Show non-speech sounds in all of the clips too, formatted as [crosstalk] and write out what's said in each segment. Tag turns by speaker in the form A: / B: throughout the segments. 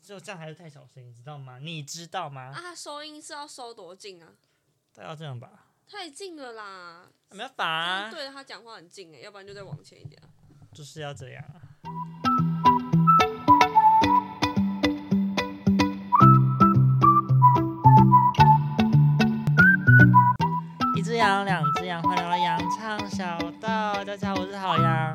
A: 就这样还是太小声，你知道吗？你知道吗？
B: 啊，它收音是要收多近啊？
A: 大概要这样吧，
B: 太近了啦！
A: 没办法、啊，
B: 对着他讲话很近哎，要不然就再往前一点啊。
A: 就是要这样啊。一只羊，两只羊，欢迎来到羊唱小道。大家好，我是好羊。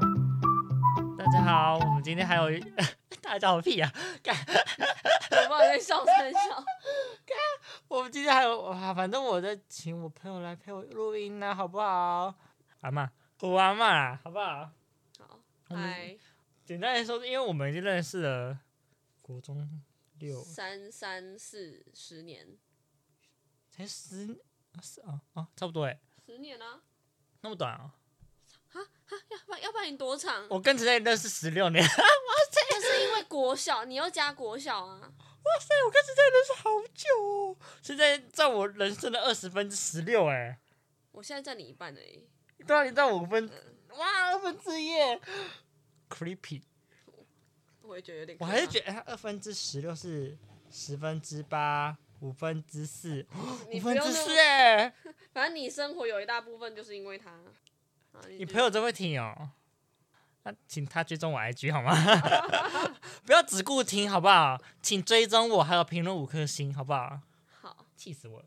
A: 大家好，我们今天还有一 [laughs] 大家好屁啊！
B: 我不好在笑三笑， [laughs]
A: [laughs] 我们今天还有啊，反正我在请我朋友来陪我录音呢、好不好？阿妈，古阿妈，好不好？
B: 好，
A: 我们
B: 嗨，
A: 简单来说，因为我们已经认识了国中六
B: 三三四十年，
A: 才十十啊啊，差不多哎，
B: 十年啊！
A: 那么短啊！
B: 要不然要不然你多长？
A: 我跟陈晨认识十六年，对，
B: 但是因为国小，你要加国小
A: [laughs]
B: 啊，
A: 我跟陈晨认识好久哦，现在占我人生的二十分之十六哎，
B: 我现在占你一半而已。
A: 对啊，你占我五分，哇，二分之一耶，creepy。
B: 我也觉得有点可
A: 我
B: 怕，
A: 还是觉得哎二分之十六是十分之八，五分之四，五
B: 你不
A: 分
B: 用
A: 之
B: 那
A: 四
B: 么，
A: 哎，
B: 反正你生活有一大部分就是因为他。啊
A: 你
B: 继续
A: 朋友真会听哦。那请他追踪我 IG 好吗？ [laughs] 不要只顾听好不好？请追踪我，还有评论五颗星好不好？
B: 好，
A: 气死我了！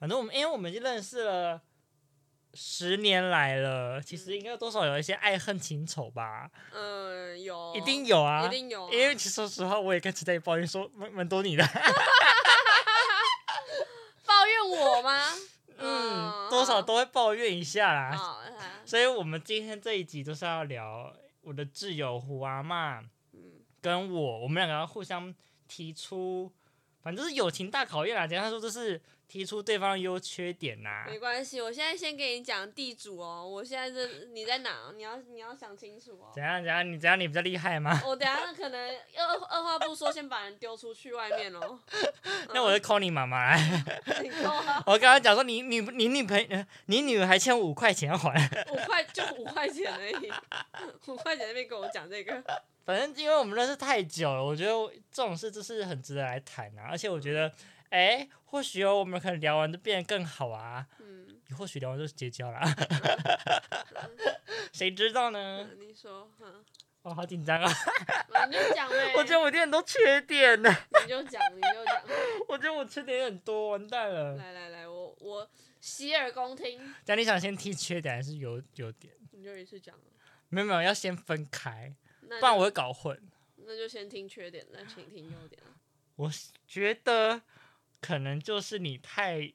A: 反正我们因为我们已经认识了十年来了，其实应该多少有一些爱恨情仇吧，
B: 嗯，有，
A: 一定有啊，
B: 一定有啊，
A: 因为其实说实话，我也跟池在抱怨说蛮蛮多你的。
B: 抱怨我吗？
A: [laughs] 嗯，多少都会抱怨一下啦。
B: 好，啊
A: 所以，我们今天这一集就是要聊我的挚友胡阿妈
B: 嗯，
A: 跟我，我们两个要互相提出，反正就是友情大考验啦。简单说，就是提出对方的优缺点啦。
B: 没关系，我现在先给你讲地主哦。我现在这你在哪？你要你要想清楚哦。
A: 怎样怎样？你怎样？你比较厉害吗？
B: 我等一下可能二二话不说，先把人丢出去外面哦。
A: 那我就 call 你妈妈 [laughs] 来。
B: 你够啊，
A: 我刚刚讲说你女你女朋友，你女儿还欠五块钱要还。
B: 五块就五块钱而已，五块钱那边跟我讲这个，
A: 反正因为我们认识太久了，我觉得这种事就是很值得来谈啊。而且我觉得，哎、或许哦，我们可能聊完就变得更好啊。
B: 嗯，
A: 或许聊完就结交 [laughs] 了，谁知道呢？
B: 你说，嗯，
A: 我、好紧张啊！
B: 你就讲呗，
A: [laughs] 我觉得我有点多缺点呢、 [laughs]
B: 你就讲，你就讲，
A: 我觉得我缺点很多，完蛋了。
B: 来来来，我我洗耳恭听，
A: 但你想先提缺点还是有有点？
B: 你就一次讲，
A: 没有没有，要先分开，
B: 那
A: 不
B: 就
A: 然我会搞混。
B: 那就先听缺点，再请听优点啊。
A: 我觉得可能就是你太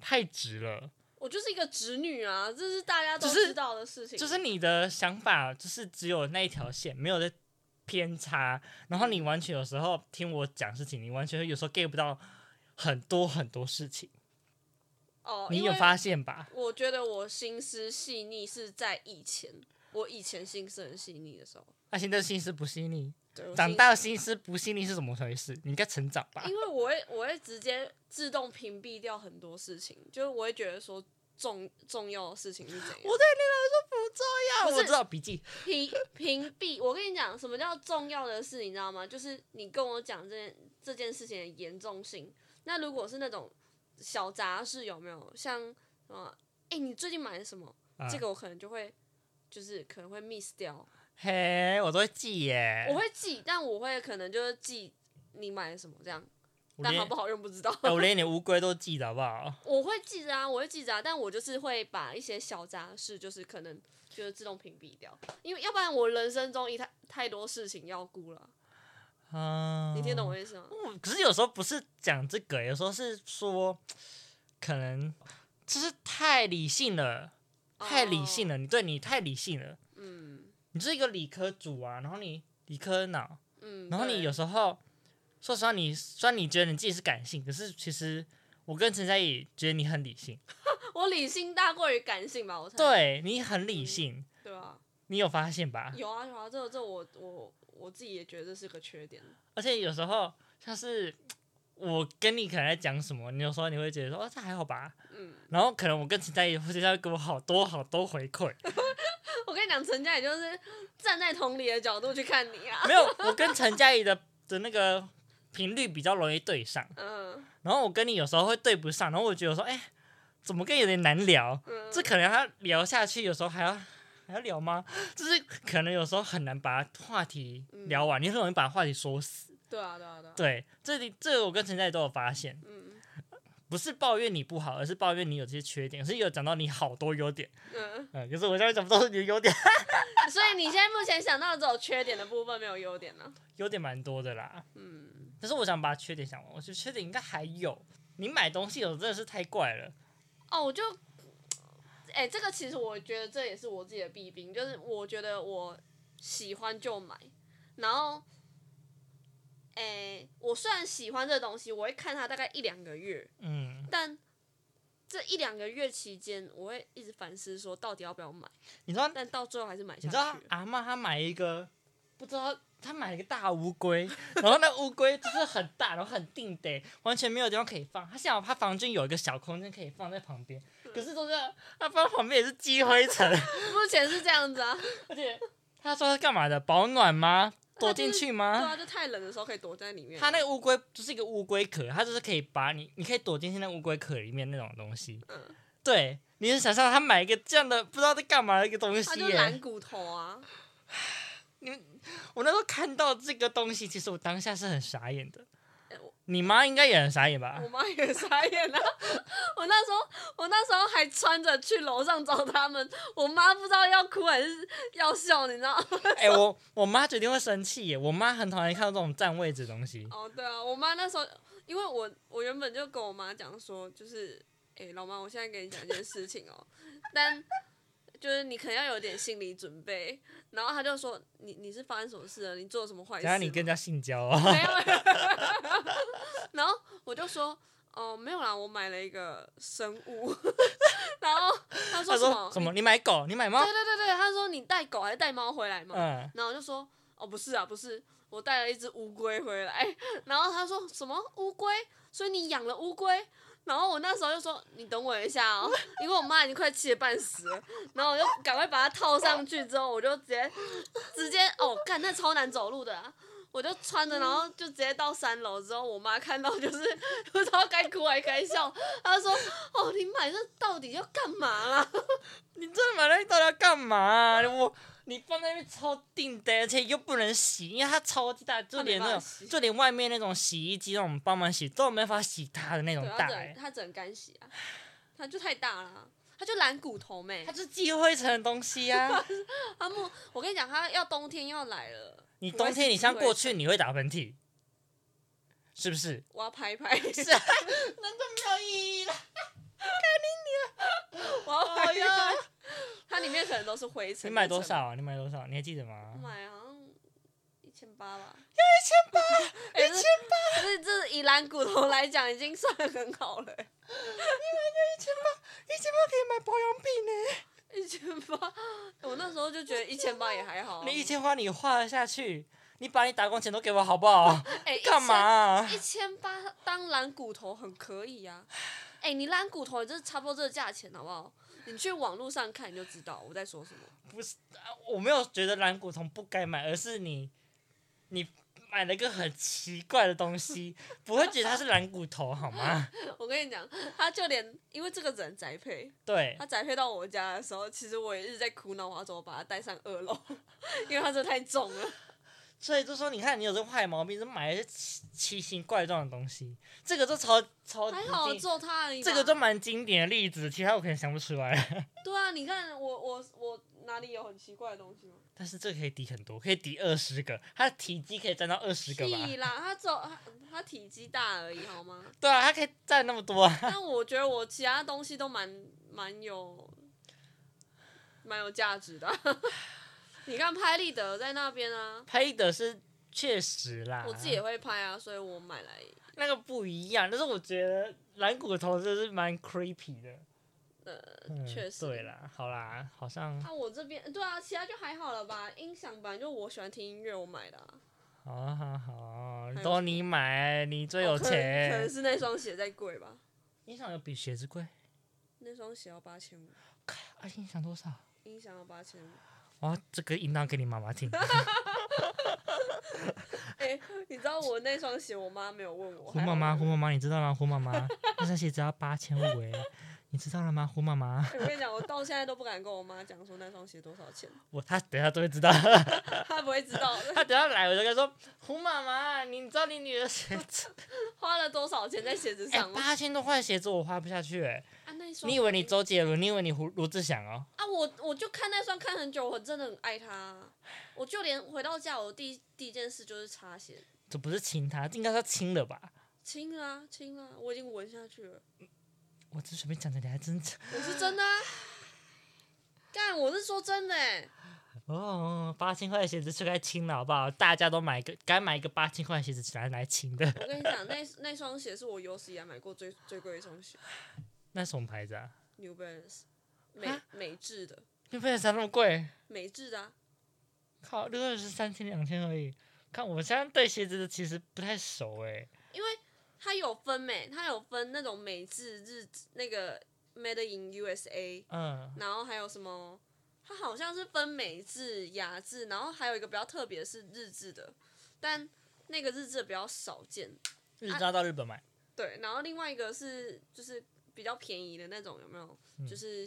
A: 太直了，
B: 我就是一个直女啊，这是大家都
A: 就是
B: 知道的事情。
A: 就是你的想法就是只有那一条线，没有的偏差。然后你完全有时候听我讲事情，你完全有时候 get 不到很多很多事情。
B: 哦，
A: 你
B: 因
A: 有
B: 为
A: 发现吧？
B: 我觉得我心思细腻是在以前，我以前心思很细腻的时候，
A: 那现啊在心思不细腻，
B: 对，我
A: 长
B: 心
A: 大的心思不细腻是怎么回事？你应该成长吧
B: 因？为我会我会直接自动屏蔽掉很多事情，就是我会觉得说重重要的事情是怎样
A: 我对你来说不重要，
B: 不是
A: 我知道笔记。
B: 屏屏蔽。我跟你讲，什么叫重要的事，你知道吗？就是你跟我讲这件这件事情的严重性。那如果是那种小杂事，有没有像什么？哎、你最近买了什么？
A: 啊
B: 这个我可能就会就是可能会 miss 掉，
A: 嘿，我都会记耶。
B: 我会记，但我会可能就是记你买了什么这样，
A: 我
B: 但
A: 连
B: 好不好用不知道。 [laughs]
A: [laughs] 哎我连你乌龟都记得好不好？
B: 我会记着啊，我会记着啊，但我就是会把一些小杂事，就是可能就是自动屏蔽掉，因为要不然我人生中一太太多事情要顾了，
A: 嗯，
B: 你听懂我意思吗？
A: 嗯？可是有时候不是讲这个，有时候是说，可能就是太理性了，
B: 哦
A: 太理性
B: 了，
A: 了。你对你太理性了，
B: 嗯
A: 你是一个理科主啊，然后你理科脑，
B: 嗯，
A: 然后你
B: 对
A: 有时候，说实话你，虽然你觉得你自己是感性，可是其实我跟陈佳怡觉得你很理性，
B: 我理性大过于感性吧，我猜
A: 对你很理性，
B: 对吧？
A: 你有发现吧？
B: 有啊有啊，这这我我我自己也觉得这是个缺点，
A: 而且有时候像是我跟你可能在讲什么，你有时候你会觉得说哦这还好吧，
B: 嗯，
A: 然后可能我跟陈佳怡会陈佳怡给我好多好多回馈，
B: 我跟你讲，陈家也就是站在同理的角度去看你啊，
A: 没有，我跟陈佳怡的的那个频率比较容易对上。
B: 嗯
A: 然后我跟你有时候会对不上，然后我觉得说，哎、怎么跟有点难聊？
B: 嗯，
A: 这可能他聊下去，有时候还要还要聊吗？就是可能有时候很难把话题聊完，你很容易把话题说死。
B: 对啊对啊对啊，
A: 对，这里这个我跟陈在都有发现，
B: 嗯
A: 不是抱怨你不好，而是抱怨你有这些缺点，是有讲到你好多优点。
B: 嗯，
A: 嗯，可是我现在讲不到你的优点，
B: 所以你现在目前想到的只有缺点的部分，没有优点呢、
A: 优点蛮多的啦。
B: 嗯，
A: 但是我想把缺点讲完，我觉得缺点应该还有。你买东西有时候真的是太怪了，
B: 哦，我就，哎、这个其实我觉得这也是我自己的弊病，就是我觉得我喜欢就买，然后，哎、我虽然喜欢这东西，我会看它大概一两个月，
A: 嗯，
B: 但这一两个月期间，我会一直反思说到底要不要买，
A: 你知道
B: 但到最后还是买
A: 你
B: 下
A: 知道
B: 去了。
A: 阿妈她买一个，不知道她买了一个大乌龟，然后那乌龟就是很大，然后很定得，完全没有地方可以放。她幸好她房间有一个小空间可以放在旁边，可是都是她放旁边也是积灰尘， [laughs]
B: [laughs] 目前是这样子啊，
A: 而且她说她干嘛的？保暖吗？躲
B: 她就是
A: 进去
B: 对
A: 吗？
B: 啊，就太冷的时候可以躲在里面。
A: 它那个乌龟就是一个乌龟壳，它就是可以把你，你可以躲进去那乌龟壳里面那种东西。
B: 嗯
A: 对，你是想象他买一个这样的不知道在干嘛的一个东
B: 它
A: 西
B: 就
A: 耶、
B: 懒骨头啊，
A: 我那时候看到这个东西，其实我当下是很傻眼的
B: 哎我。
A: 你妈应该也很傻眼吧
B: 我？妈也傻眼了、我那时候，我那时候还穿着去楼上找他们，我妈不知道要哭还是要笑，你知道？
A: 哎、我我妈决定会生气耶！我妈很讨厌看到这种占位置的东西。
B: [laughs] 哦，对啊，我妈那时候，因为我我原本就跟我妈讲说，就是，哎、老妈，我现在跟你讲一件事情哦，但就是你可能要有点心理准备。然后她就说，你你是发生什么事了？你做了什么坏事
A: 然后
B: 吗？
A: 你跟人家性交啊？
B: [laughs] 没有。然后我就说，哦、没有啦，我买了一个生物。 [laughs] 然后他说
A: 她
B: 什
A: 说
B: 么？
A: 什么？你买狗？你买猫
B: 对？对对对，他说你带狗还是带猫回来嘛？
A: 嗯，
B: 然后我就说，哦，不是啊，不是，我带了一只乌龟回来。 [laughs] 然后他说什么乌龟？所以你养了乌龟？然后我那时候就说，你等我一下哦，因为我妈已经快气得半死了。然后我就赶快把它套上去，之后我就直接直接哦，干那超难走路的、啊。我就穿着，然后就直接到三楼之后，我妈看到就是 [laughs] 不知道该哭还该笑，她就说：“哦，你买这到底要干嘛啊啦？”
A: 你这买那到底要干嘛啊、我你放在那边超定的，而且又不能洗，因为它超级大，就
B: 它没
A: 连那
B: 办
A: 种
B: 法洗
A: 就连外面那种洗衣机那种帮忙洗都没法洗它的那种
B: 对，
A: 大、
B: 它只能
A: 欸。
B: 它只能干洗啊，它就太大了啊、它就懒骨头妹
A: 它。就是积灰尘的东西
B: [laughs]
A: 啊！
B: 它木，我跟你讲，它要冬天要来了，
A: 你
B: 不
A: 冬
B: 会
A: 天
B: 是
A: 你
B: 积
A: 像
B: 灰
A: 过
B: 尘
A: 去你会打喷嚏，是不是？
B: 我要拍一拍，
A: 是啊，那就没有意义了。
B: [laughs] 我要拍
A: 哎
B: 一
A: 呀
B: 拍。它里面可能都是灰尘。
A: 你买多
B: 跟尘
A: 少？啊？你买多少？你还记得
B: 埃？我
A: 吗？
B: 买好像一千八吧。 [laughs] 要一千八，一千八。可是这以懒骨头来讲，已经算很好了欸、
A: 一千八可以买保养品呢、
B: 一千八，我那时候就觉得一千八也还好啊。
A: 你一千花你花得下去，你把你打工钱都给我好不
B: [laughs]
A: 好？
B: 哎一
A: 干嘛
B: 千
A: 啊、
B: 一千八当懒骨头很可以啊。哎、你懒骨头就是差不多这个价钱，好不好？你去网络上看你就知道我在说什么。
A: 不是，啊我没有觉得蓝骨头不该买，而是你你买了一个很奇怪的东西，不会觉得它是蓝骨头好吗？
B: 我跟你讲，他就连因为这个人宅配， [laughs]
A: 对
B: 他，宅配到我家的时候，其实我也一直在苦恼，我要怎么把它带上二楼， [laughs] 因为它真的太重了。
A: 所以就说你看你有这坏毛病，就买一些奇奇形怪状的东西，这个就超超
B: 还好
A: 经
B: 做它而已嘛。
A: 这个就蛮经典的例子，其他我可能想不出来。 [laughs]
B: 对啊，你看我我我哪里有很奇怪的东西吗？
A: 但是这个可以抵很多，可以抵二十个，它的体积可以占到二十个吧？
B: 屁啦，它只有它它体积大而已，好吗？
A: 对啊，它可以占那么多啊！ [laughs]
B: 但我觉得我其他东西都蛮蛮有蛮有价值的啊、 [laughs] 你看拍立得在那边啊，
A: 拍的是确实啦，
B: 我自己也会拍啊，所以我买来
A: 那个不一样，但是我觉得蓝骨头真是蛮 creepy 的。
B: 呃，
A: 嗯
B: 确实
A: 对啦，好啦，好像
B: 啊，我这边对啊，其他就还好了吧。音响本来就我喜欢听音乐，我买的、啊。
A: 好好好，
B: 有
A: 都你买，你最有
B: 哦可能可能
A: 钱。
B: 是那双鞋在贵吧？
A: 音响有比鞋子贵
B: 那双鞋要八千五，
A: 啊？音响多少？
B: 音响要八千五。 [laughs]
A: [laughs] 哇，这个应当给你妈妈听。
B: 哎、你知道我那双鞋，我妈没有问我。
A: 胡
B: 还好
A: 妈妈，
B: 我
A: 胡妈妈，你知道吗？胡妈妈，那双鞋只要八千五哎，你知道了吗？胡妈妈，
B: 哎我跟你讲，我到现在都不敢跟我妈讲说那双鞋多少钱，
A: 我她等一下都会知道， [laughs]
B: 她不会知道
A: 她等一下来我就跟她说，胡妈妈，你知道你女儿鞋子
B: 花了多少钱在鞋子
A: 哎
B: 上吗？
A: 八千多块的鞋子我花不下去哎、
B: 啊，那一双
A: 你以为你周杰伦，你以为你胡罗志祥哦？
B: 啊，我我就看那双看很久，我真的很爱它。我就连回到家，我第一第一件事就是擦鞋，
A: 这不是亲他，这应该是亲的吧？
B: 亲啊亲啊，我已经闻下去了，
A: 我只随便讲讲，你还真
B: 我是真的、啊。
A: [laughs]
B: 干，我是说真的、欸，
A: 哦，八千块的鞋子就该亲了好不好？大家都买一个，该买一个八千块的鞋子起来来亲的。 [laughs]
B: 我跟你讲，那那双鞋是我有史以来买过最最贵的一双鞋
A: 那什么牌子啊？
B: ，New Balance，美
A: 啊
B: 美制的，
A: 六百三那么贵？
B: 美制的、啊。
A: 靠，六二是三千两千而已。看我现在对鞋子的其实不太熟哎、
B: 它有分美，它有分那种美制日那个 Made in USA，
A: 嗯，
B: 然后还有什么？它好像是分美制、雅制，然后还有一个比较特别的是日制的，但那个日制的比较少见。啊
A: 日招到日本买，
B: 对，然后另外一个是就是比较便宜的那种，有没有？
A: 嗯
B: 就是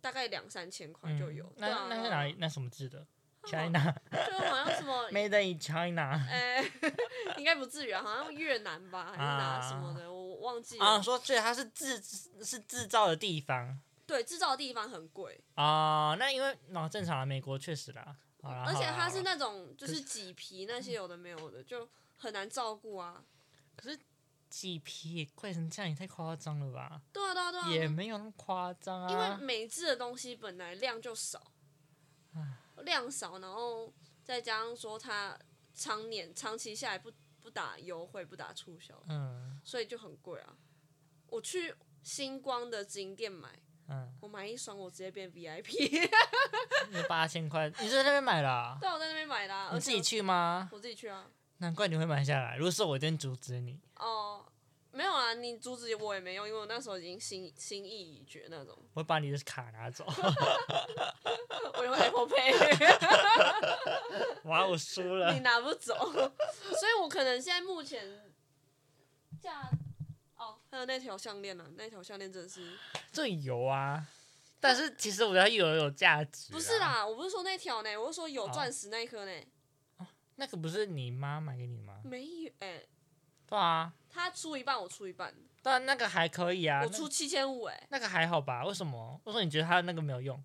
B: 大概两三千块
A: 嗯
B: 就有。对
A: 那
B: 啊
A: 那是哪里？那什么制的
B: 对啊
A: ？China [laughs]
B: 就好像什么
A: made in China
B: 哎、 [laughs] 应该不至于啊，好像越南吧，还是哪什么的，我我忘记了。
A: 啊，说所以它是制是制造的地方
B: 对，制造的地方很贵，
A: 啊、那因为那、正常啊，美国确实啦，好啦
B: 而且
A: 好啦
B: 它
A: 啊好
B: 是
A: 啦
B: 那种就是麂皮那些有的没有的，就很难照顾啊。
A: 几皮也贵成这样，也太夸张了吧？
B: 对啊，对啊，对啊。
A: 也没有那么夸张啊，
B: 因为美制的东西本来量就少，量少，然后再加上说它常年长期下来不不打优惠、不打促销，
A: 嗯
B: 所以就很贵啊。我去星光的景店买，
A: 嗯，
B: 我买一双，我直接变 VIP。
A: 那八千块，你在那边买的啊、
B: [laughs] 对，我在那边买的、啊，
A: 你
B: 而
A: 自
B: 且
A: 己去吗？
B: 我自己去啊。
A: 难怪你会买下来。如果是我，一定阻止你。
B: 哦，没有啊，你阻止我也没用，因为我那时候已经心心意已决那种。 [laughs]
A: 我会把你的卡拿走。 [laughs]
B: 我用 Apple Pay，
A: 哇，我输
B: [laughs] 你
A: 了。
B: 拿不走，所以我可能现在目前价哦，还有那条项链呢、啊，那条项链真的是
A: 这有啊，但是其实我要有有价值。啊
B: 不是，啦？我不是说那条呢，我是说有
A: 哦
B: 钻石那一颗呢，
A: 那个不是你妈买给你的吗？
B: 没有哎、
A: 对啊，
B: 他出一半，我出一半，
A: 但那个还可以啊。
B: 我出七千五哎，
A: 那那个还好吧？为什么？为什么你觉得他那个没有用？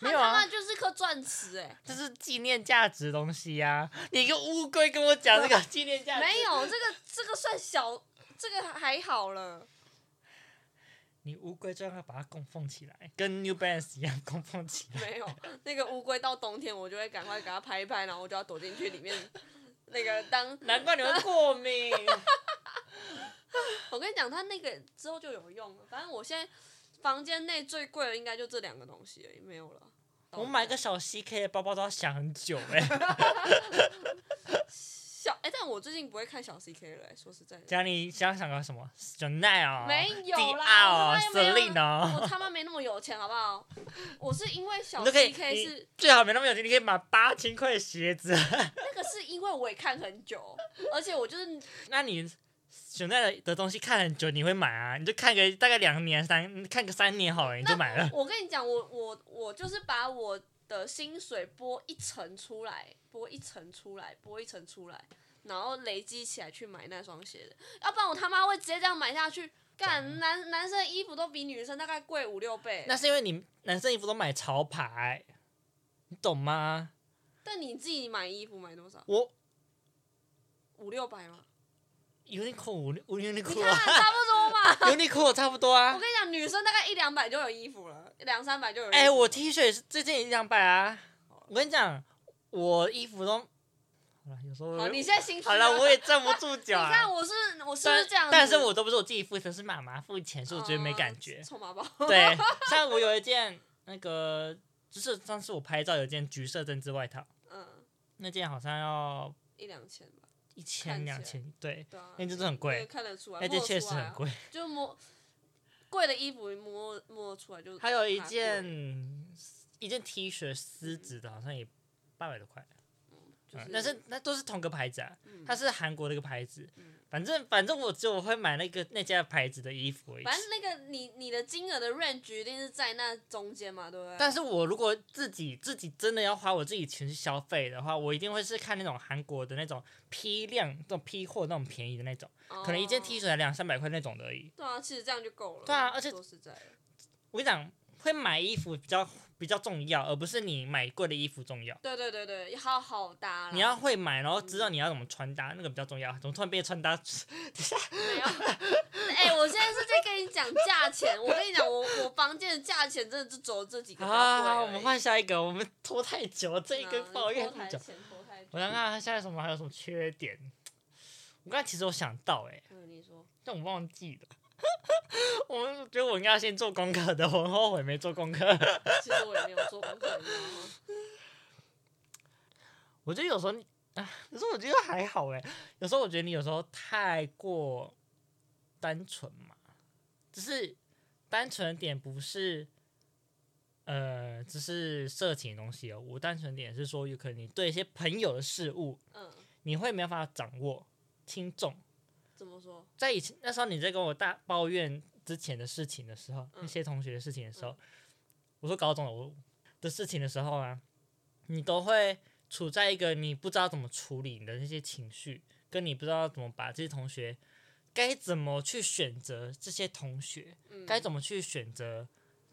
A: 没
B: 他
A: 有
B: 他
A: 啊
B: 妈，就是颗钻石
A: [laughs]
B: 哎、
A: 这是纪念价值的东西呀、你一个乌龟跟我讲这
B: [laughs]
A: 个纪念价值，
B: 没有这个这个算小，这个还好了。
A: 你乌龟就让它把它供奉起来，跟 New Balance 一样供奉起来。
B: 没有，那个乌龟到冬天，我就会赶快给它拍一拍，然后我就要躲进去里面。那个当
A: 难怪你会过敏。
B: [laughs] 我跟你讲，它那个之后就有用了。反正我现在房间内最贵的应该就这两个东西而已，没有了。
A: 我买个小 CK 的包包都要想很久哎、
B: 小哎、但我最近不会看小 CK 了、欸说实在的，
A: 家里想想个什么 Chanel 哦、
B: 没有
A: d
B: 啦
A: r 哦
B: 我他妈也没有
A: Celine 哦，
B: 我他妈没那么有钱，好不好？我是因为小
A: 你都可以
B: CK
A: 你
B: 是
A: 最好没那么有钱，你可以买八千块的鞋子。
B: 那个是因为我也看很久，而且我就是
A: 那你 Chanel 的东西看很久，你会买啊？你就看个大概两年三，看个三年好了，你就买 [laughs] 了。
B: 我跟你讲，我我我就是把我的薪水拨一层出来，拨一层出来，拨一层出来，然后累积起来去买那双鞋的，要不然我他妈会直接这样买下去。干男男生的衣服都比女生大概贵五六倍，
A: 那是因为你男生衣服都买潮牌，你懂吗？
B: 但你自己买衣服买多少？
A: 我
B: 五六百吗？
A: Uniqlo 五五
B: 你
A: Uniqlo
B: 看
A: 啊
B: 差不多嘛。
A: Uniqlo 差不多
B: 我
A: 啊
B: 跟。你讲，女生大概一两百就有衣服了，两三百就有衣服了。
A: 哎、我 T 恤也是最近一两百啊。我跟你讲，我衣服都好了，有时候
B: 好，你现在心虚
A: 好了，我也站不住
B: 你
A: 脚、啊。
B: 看我是我是不是这样子？
A: 但是我都不是我自己付钱，是妈妈付钱，所以我觉得没感觉
B: 哦。臭妈宝。
A: 对，像我有一件那个，就是上次我拍照有一件橘色针织外套，
B: 嗯，
A: 那件好像要
B: 一两千吧，
A: 一千两
B: 看起
A: 千，对，
B: 对啊。
A: 那件真的很
B: 对
A: 贵，
B: 看得出来，
A: 那
B: 摸
A: 件
B: 得
A: 确
B: 出
A: 实
B: 来啊
A: 很，
B: [laughs]
A: 贵。
B: 就摸贵的衣服摸摸得出来就
A: 还有一
B: 它贵
A: 件一件 T 恤丝质的，好像也八百多块，嗯
B: 就是，
A: 但是那都是同个牌子啊，
B: 嗯
A: 它是韩国的一个牌子
B: 嗯，
A: 反正反正我只有会买那个那家牌子的衣服而已。
B: 反正那个你你的金额的 range 一定是在那中间嘛，对不对？
A: 但是我如果自己自己真的要花我自己钱去消费的话，我一定会是看那种韩国的那种批量、那种批货、那种便宜的那种，可能一件 T 恤
B: 恤。
A: 才两三百块那种的而已。
B: 哦对啊，其实这样就够了。
A: 对啊而且
B: 说实在的，
A: 我跟你讲，会买衣服比较比较重要，而不是你买贵的衣服重要。
B: 对对对对，好好搭啦。
A: 你要会买，然后知道你要怎么穿搭，那个比较重要。怎么突然变穿搭？
B: [laughs] 没有？哎、我现在是在跟你讲价钱。我跟你讲，我我房间的价钱真的就走这几个
A: 好
B: 比
A: 好
B: 较贵而已。
A: 啊好，我们换下一个，我们拖太久了，这一
B: 嗯
A: 个抱怨
B: 拖
A: 很
B: 台
A: 久。
B: 前拖台
A: 我想看看现在什么还有什么缺点。我刚才其实有想到、欸，哎，
B: 嗯，你说，
A: 但我忘记了。 [laughs] 我觉得我应该要先做功课的，我很后悔没做功课。 [laughs]
B: 其实我也没有做功课，你知道吗？
A: 我觉得有时候你，啊，可是我觉得还好哎、有时候我觉得你有时候太过单纯嘛，只是单纯点不是，呃，只是色情的东西哦。我单纯点是说，有可能你对一些朋友的事物，
B: 嗯，
A: 你会没有办法掌握轻重。
B: 怎么说？
A: 在以前那时候你在跟我大抱怨之前的事情的时候，
B: 嗯
A: 那些同学的事情的时候，我说高中的我的事情的时候啊，你都会处在一个你不知道怎么处理你的那些情绪，跟你不知道怎么把这些同学该怎么去选择这些同学，
B: 嗯，
A: 该怎么去选择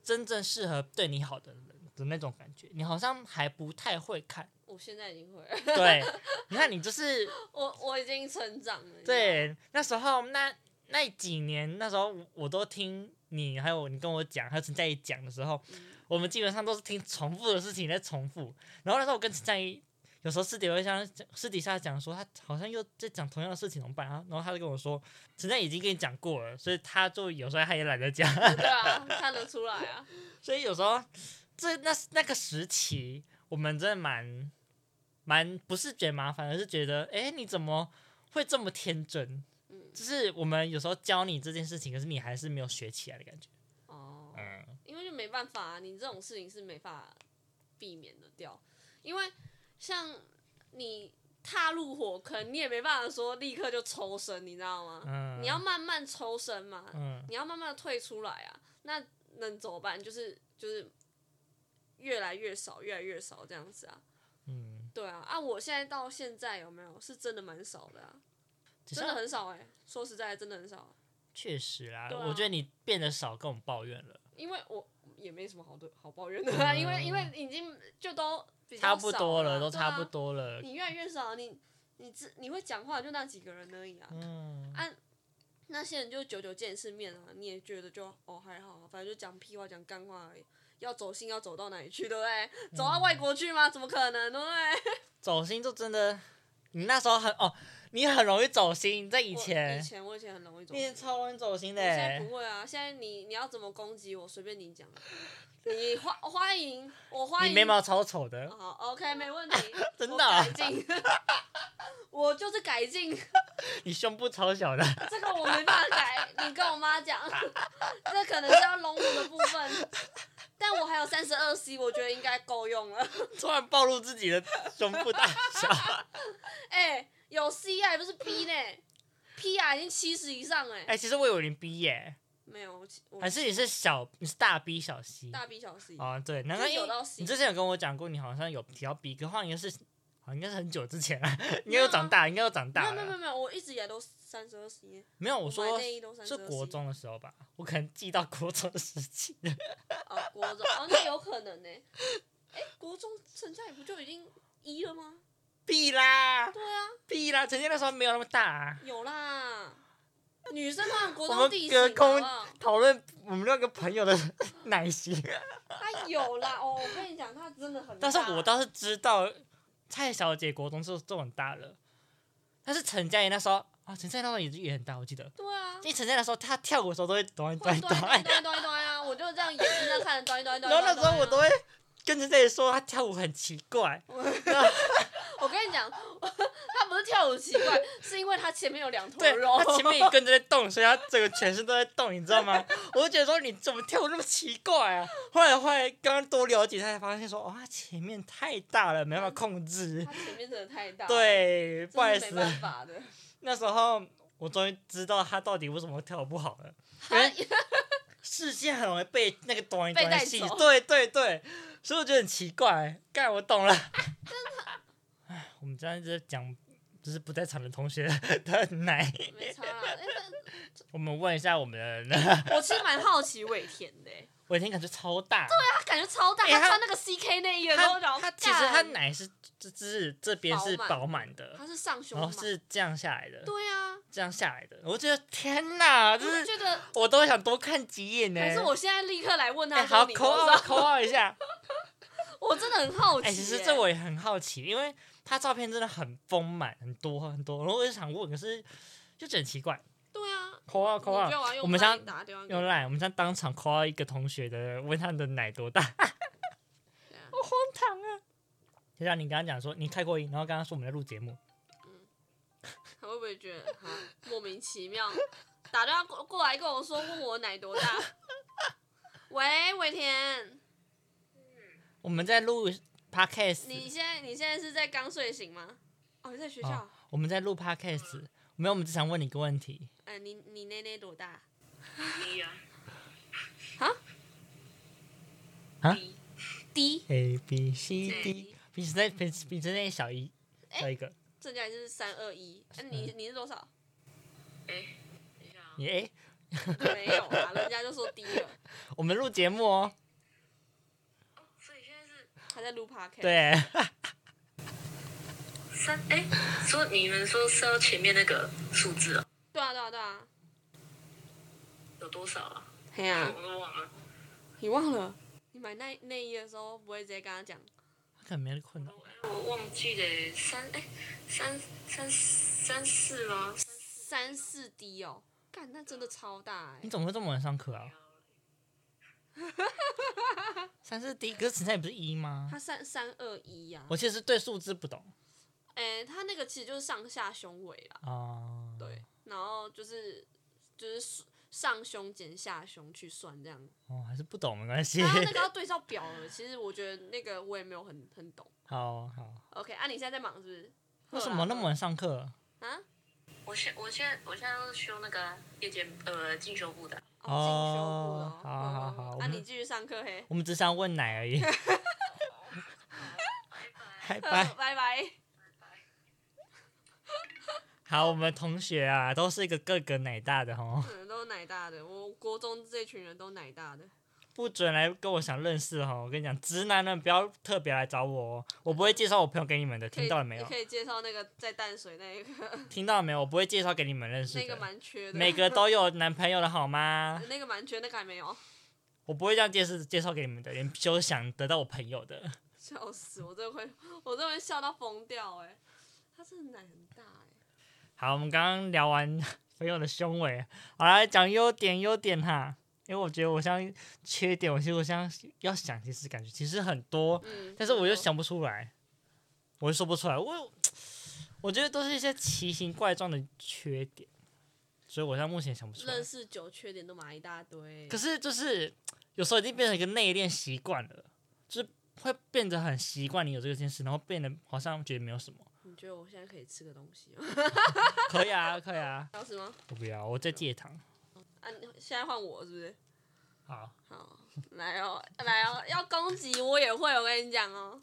A: 真正适合对你好的人的那种感觉，你好像还不太会看，
B: [laughs] 我现在已经会了， [laughs]
A: 对，你看你就是
B: 我我已经成长了。你知道吗，
A: 对，那时候那那几年，那时候我我都听你，还有你跟我讲，还有陈佳怡讲的时候，
B: 嗯
A: 我们基本上都是听重复的事情在重复。然后那时候我跟陈佳怡有时候私底下像私底下讲说，他好像又在讲同样的事情，怎么办啊？然后他就跟我说，陈佳怡已经跟你讲过了，所以他就有时候他也懒得讲，
B: 对啊，看得出来啊。
A: 所以有时候这那那个时期，我们真的蛮蛮不是觉得麻烦，而是觉得，哎，你怎么会这么天真？
B: 嗯，
A: 就是我们有时候教你这件事情，可是你还是没有学起来的感觉。
B: 哦，
A: 嗯，
B: 因为就没办法、啊，你这种事情是没法避免的掉，因为像你踏入火坑，你也没办法说立刻就抽身，你知道吗？
A: 嗯
B: 你要慢慢抽身嘛，
A: 嗯
B: 你要慢慢的退出来啊，那能怎么办？就是就是越来越少，越来越少这样子啊。
A: 嗯，
B: 对啊，啊，我现在到现在有没有是真的蛮少的啊，
A: 只
B: 真的
A: 是
B: 很少哎、说实在的真的很少啊、
A: 确实啦，
B: 对啊
A: 我觉得你变得少跟我们抱怨了，
B: 因为我也没什么好的好抱怨的、啊，
A: 嗯
B: 因为因为已经就都比较
A: 差不
B: 少
A: 多
B: 了，
A: 了，都
B: 对
A: 差不
B: 啊。
A: 多了。
B: 你越来越少，你你只你会讲话就那几个人而已啊，
A: 嗯，
B: 啊那些人就久久见一次面啊，你也觉得就哦还好啊，反正就讲屁话讲干话而已。要走心要走到哪里去，对不对？走
A: 嗯
B: 到外国去吗？怎么可能，对不对？
A: 走心就真的，你那时候很哦，你很容易走心，在以
B: 我
A: 前
B: 以，前我以前很容易走
A: 你
B: 心，
A: 也超容易走心的
B: 我现在
A: 欸。
B: 不会啊。现在你你要怎么攻击我，随便你讲。啊你欢欢迎我欢
A: 你
B: 迎
A: 眉毛超丑的，，
B: 好，OK，没问题
A: [laughs] 真的
B: 哦我
A: 啊
B: 改进， [laughs] 我就是改进，
A: 你胸部超小的，
B: 这个我没办法改，你跟我妈讲， [laughs] 这可能是要隆乳的部分，但我还有三十二 C，我觉得应该够用了。
A: 突然暴露自己的胸部大小。
B: 哎、有 C 啊，也不是 P 呢，P 啊已经七十以上哎、
A: 哎，其实我有点逼耶，
B: 没有，我我
A: 还是你是小，你是大 B 小 C？
B: 大 B 小 C，、
A: 啊，对，难怪
B: 有
A: 因为
B: 到 C
A: 你之前有跟我讲过，你好像有提到 B，可好像应该是，好像应该是很久之前了，应该
B: 没有啊
A: 有长大，应该有长
B: 没
A: 大
B: 有没有没
A: 了。
B: 有没有，我一直以来都三十二 C，
A: 没有，我
B: 我
A: 说
B: 买内衣都32
A: 是国
B: C
A: 中的时候吧，我可能记到国中的时期。 [laughs]
B: 啊，国中哦，那有可能呢、哎、国中陈嘉也不就已经一了吗？
A: B 啦
B: 对啊。
A: B 啦，陈建那时候没有那么大、啊。
B: 有啦，女生嘛，国
A: 我
B: 中
A: 们
B: 第一
A: 隔
B: 好
A: 空
B: 不好？
A: 讨论我们那个朋友的 [laughs] 耐心，
B: 她有啦，哦，我跟你讲，她真的很大。
A: 但是我倒是知道蔡小姐国中是这么大了，但是陈佳怡那时候啊，陈佳怡那时候也也很大，我记得。
B: 对啊
A: 因，为陈佳怡那时候她跳舞的时候都会短
B: 会
A: 短
B: 端
A: 短，
B: 端端端端啊，我就这样眼睛这样看着端端端。啊
A: 然后那时候我都
B: 会，
A: 会跟着这里说他跳舞很奇怪，
B: 我跟你讲，他不是跳舞奇怪，是因为他前面有两坨
A: 对，
B: 肉。
A: 他前面一根就在动，所以他整个全身都在动，你知道吗？我就觉得说你怎么跳舞那么奇怪啊？后来后来刚刚多了解，才发现说哦，他前面太大了，没办法控制。
B: 他前面真的太大，，
A: 对，不好意
B: 啊真
A: 思
B: 是没，办法的。
A: 那时候我终于知道他到底为什么跳不好了。因
B: 他
A: 为视线很容易被那个短
B: 被
A: 短
B: 带
A: 戏，
B: 走
A: 对对对，所以我觉得很奇怪。干，我懂了。唉，我们这样一直在讲，就是不在场的同学的奶。
B: 没差啦。哎
A: 我们问一下我们的，
B: 那我其实蛮好奇尾田的、欸
A: 我已经感觉超大。
B: 他感觉超大，
A: 哎
B: 他
A: 他
B: 穿那个 CK 内衣的时候，然
A: 他
B: 后
A: 他其实他
B: 干
A: 奶是这这是这边是饱
B: 饱
A: 满的，
B: 哦他是上胸
A: 然
B: 嘛，
A: 后是这样下来的，
B: 对啊，
A: 这样下来的。我觉得天哪，
B: 我
A: 就
B: 就是觉得
A: 我都想多看几眼呢。
B: 还是我现在立刻来问
A: 哎
B: 他
A: 好
B: 说你
A: 扣
B: 多
A: 二
B: 少？
A: 扣二一下。
B: 我真的很好奇、
A: 哎、
B: 欸。
A: 其实这我也很好奇，因为他照片真的很丰满，很多很多，然后我就想问，可是就觉得很奇怪。
B: 对啊，
A: 扣二
B: 你
A: 扣二
B: 不，要玩用
A: 我们
B: 赖
A: 像
B: 打电话给
A: 用
B: 他，
A: 赖，我们像当场扣二啊一个同学的，问他的奶多
B: [laughs]
A: 大，
B: 对啊
A: 好荒唐啊！就像你刚刚讲说，你开过音，然后刚刚说我们在录节目，
B: 他会不会觉得哈莫名其妙？打电话过过来跟我说，问我奶多大？ [laughs] 喂，伟田，
A: 我们在录 podcast，
B: 你现在你现在是在刚睡醒吗？哦，你在学校？哎、
A: 哦我们在录 podcast，没有，我们只想问你一个问题，
B: 哎你你奶奶多大？
C: 低呀、
A: 啊
C: 低
B: 低，
A: ，A B C
C: 嗯
A: D，比之内比比之内小一小一个，
B: 正价是三二一。哎，
A: 嗯
B: 你你是多少？
C: 哎，等一下啊，
A: 你哎、
B: 没有啊，人家就说低了，
A: 我们录节目哦，
C: 哦，所以现在是
B: 他在录 podcast。，
A: 对。啊 [laughs]
C: 三，哎，说你们说是要前面那个数字啊，
B: 对啊，对啊，对啊。
C: 有多少啊？
B: 嘿呀、
C: 我都忘了，
B: 你忘了？你买内内衣的时候不会直接跟他讲？
A: 他可能没困扰。
C: 我我忘记了，三，哎，三三三四吗？
B: 三四 D 哦，干那真的超大哎、
A: 你怎么会这么晚上课
B: [laughs]
A: 啊？三是 D，可是存在也不是一吗？
B: 他三三二一呀，
A: 我其实对数字不懂
B: 哎、他那个其实就是上下胸围啦，
A: 啊。
B: 对，，然后就是就是上胸减下胸去算
A: [laughs]
B: 这样，
A: 哦，还是不懂没关系。
B: 然后那个要对照表了，其实我觉得那个我也没有很很懂。
A: [laughs] 好好，
B: OK，啊，你现在在忙是不是？
A: 为什么那么晚上课？
B: 啊？
C: 我现我现在我现在都是修那个夜间呃进修部的，
B: 哦，进修部了
A: 哦好好好
B: 嗯嗯嗯
A: 我
B: 啊，
A: 们
B: 你继续上课嘿，
A: 我们只想问奶而
B: 啊
A: 已。
C: 拜拜。
A: 拜拜。
B: 拜拜。
A: 好，我们同学啊，都是一个个个奶大的哦，
B: 可能嗯都是奶大的，我国中这群人都奶大的。
A: 不准来跟我想认识哦。我跟你讲，直男们不要特别来找我哦，我不会介绍我朋友给你们的，
B: 可以
A: 听到了没
B: 你
A: 有
B: 可？以介绍那个在淡水那一个，
A: 听到了没有？我不会介绍给你们认识
B: 那个
A: 的。
B: 蛮缺的。
A: 每个都有男朋友了好吗？
B: 那个蛮缺，那个还没有，
A: 我不会这样介绍介绍给你们的，你们休想得到我朋友的。
B: 笑死！我真的会，我真的会笑到疯掉哎、他真的奶很大哎、
A: 好，我们刚刚聊完 [laughs] 朋友的胸围，好来讲优点优点哈，因为我觉得我像缺点，我其实我像要想，其实感觉其实很多，
B: 嗯，
A: 但是我又想不出来，我又说不出来，我我觉得都是一些奇形怪状的缺点，所以我现在目前想不出来
B: 认。识久，缺点都买一大堆。
A: 可
B: 是
A: 是就是有时候已经变成一个内敛习惯了，就是会变得很习惯你有这件事，然后变得好像觉得没有什么。
B: 你觉得我现在可以吃个东西吗？ [laughs]
A: [laughs] 可以啊，可以啊。
B: 要吃吗？
A: 我不要，我在戒糖。
B: 啊，你现在换我是不是？
A: 好，
B: 好，来哦，来哦，要攻击我也会，我跟你讲哦。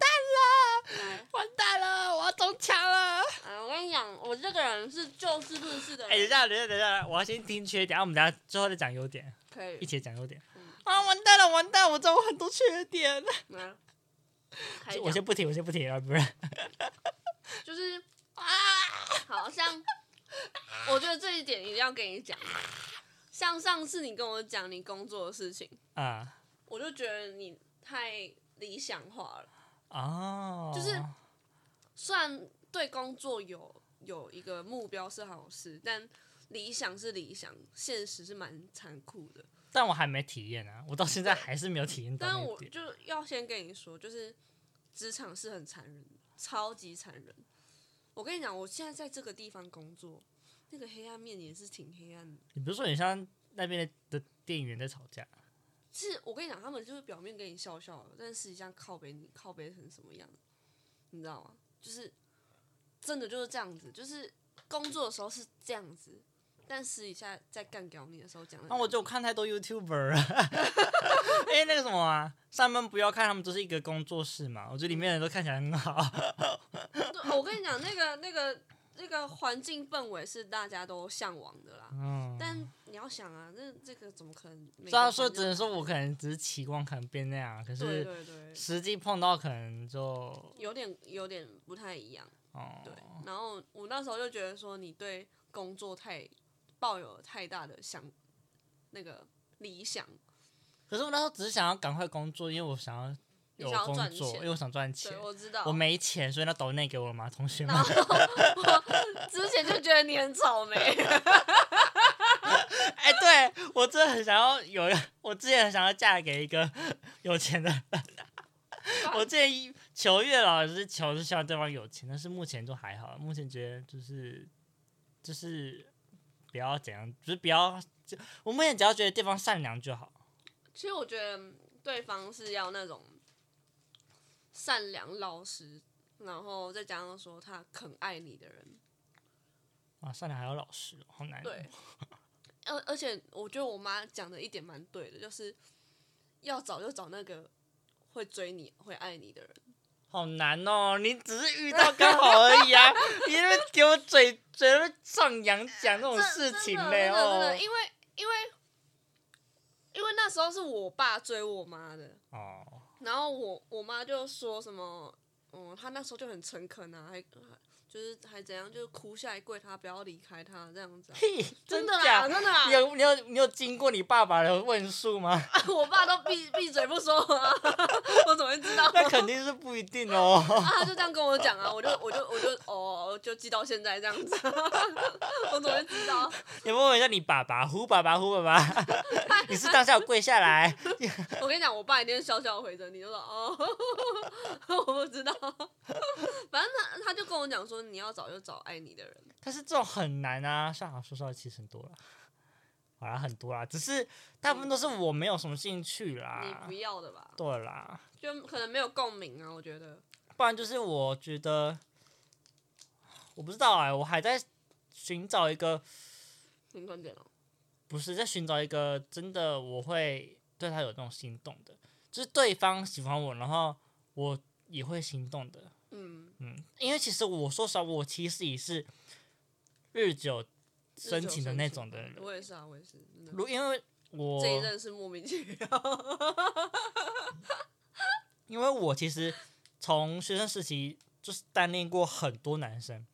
B: 完蛋了！
A: 完蛋了，我要中枪了。
B: 来，啊，我跟你讲，我这个人是就事论事的人。
A: 哎、等一下，等一下，等一下，我要先听缺点，然后我们等一下最后再讲优点，
B: 可以
A: 一，起讲优点
B: 嗯。
A: 啊，完蛋了，完蛋，我知道我很多缺点。
B: 来，开
A: 我
B: 讲
A: 先不提，我先不提啊了，不然
B: 就是啊，好像我觉得这一点一定要跟你讲。像上次你跟我讲你工作的事情，
A: 啊
B: 我就觉得你太理想化了。
A: 哦，
B: 就是虽然对工作有有一个目标是好事，但理想是理想，现实是蛮残酷的。
A: 但我还没体验啊，我到现在还是没有体验到
B: 但
A: 那一
B: 我
A: 点
B: 就要先跟你说，就是职场是很残忍的，超级残忍。我跟你讲，我现在在这个地方工作，那个黑暗面也是挺黑暗的。
A: 你不是说你像那边的的店员在吵架？
B: 是我跟你讲，他们就是表面跟你笑笑的，但是实际上靠背你靠背成什么样，你知道吗？就是真的就是这样子，就是工作的时候是这样子，但私底下在干掉你的时候讲的。
A: 那、我就看太多 YouTuber 了， [laughs] 因为那个什么啊，上班不要看，他们就是一个工作室嘛，我觉得里面的人都看起来很好。
B: 对我跟你讲，那个那个那个环境氛围是大家都向往的啦。
A: 嗯，
B: 但你要想啊，这这个怎么可能？
A: 虽然说只能说我可能只是期望可能变那样，可
B: 对
A: 是
B: 对对，
A: 实际碰到可能就哦、
B: 有点有点不太一样。对，然后我那时候就觉得说，你对工作太抱有太大的想那个理想，
A: 可是我那时候只是想要赶快工作，因为我想要
B: 你
A: 有
B: 想要
A: 工
B: 赚
A: 作，
B: 钱
A: 因为我想赚钱
B: 对。我知道。
A: 我没钱，所以那抖内给我了嘛，同学们
B: 然。后我之前就觉得你很草莓，
A: [laughs] 哎、对我真的很想要有一个， [laughs] 我之前很想要嫁给一个有钱
B: [laughs]
A: 的人。我之前一求月老也是求是希望对方有钱，但是目前就还好，目前觉得就是就是不要怎样，就是不要就我目前只要觉得对方善良就好。
B: 其实我觉得对方是要那种善良老实，然后再加上说他肯爱你的人。
A: 啊，善良还要老实哦，好难哦。
B: 对，而而且我觉得我妈讲的一点蛮对的，就是要找就找那个会追你、会爱你的人。
A: 好难哦！你只是遇到刚好而已
B: [laughs]
A: 啊！你在那边给我嘴嘴那边上扬讲这种哦事情
B: 真的
A: 嘞
B: 真的真
A: 哦
B: 的，因为因为因为那时候是我爸追我妈的，
A: 哦，
B: 然后我我妈就说什么，嗯，她那时候就很诚恳啊，还就是还怎样，就是哭下来跪他，不要离开他这样子、
A: [laughs]
B: 啊。
A: 哦嘿，
B: 真的
A: 假
B: 啦，？真的啦
A: 你，有你有你有经过你爸爸的问述
B: [laughs]
A: 吗？
B: 我爸都闭闭嘴不说啊， [laughs] 我怎么会知
A: [laughs]
B: 道？
A: 那肯定是不一定哦。 [laughs]
B: 啊，他就这样跟我讲啊，我就我就我就哦，就记到现在这样子， [laughs] 我怎么会知道？
A: 你问问一下你爸爸，胡爸爸，胡爸爸， [laughs] 你是当下有跪下来？
B: 我跟你讲，我爸一定是笑笑回着你，就说哦， [laughs] 我不知道。 [laughs] 反正他他就跟我讲说，你要找就找爱你的人。
A: 但是这种很难啊，像好说说其实很多啦，好啦很多啦，只是大部分都是我没有什么兴趣
B: 你
A: 啦
B: 不。要的吧，
A: 对啦，
B: 就可能没有共鸣啊。我觉得
A: 不然就是我觉得，我不知道哎、我还在寻找一个，
B: 你观点了，
A: 不是在寻找一个真的我会对他有那种心动的，就是对方喜欢我，然后我也会心动的。
B: 嗯，
A: 嗯，因为其实我说实话，我其实也是日久生情的那种的人。
B: 我也是啊，我也是。真的
A: 如因为我
B: 这一任是莫名其妙， [laughs]
A: 因为我其实从学生时期就是单恋过很多男生，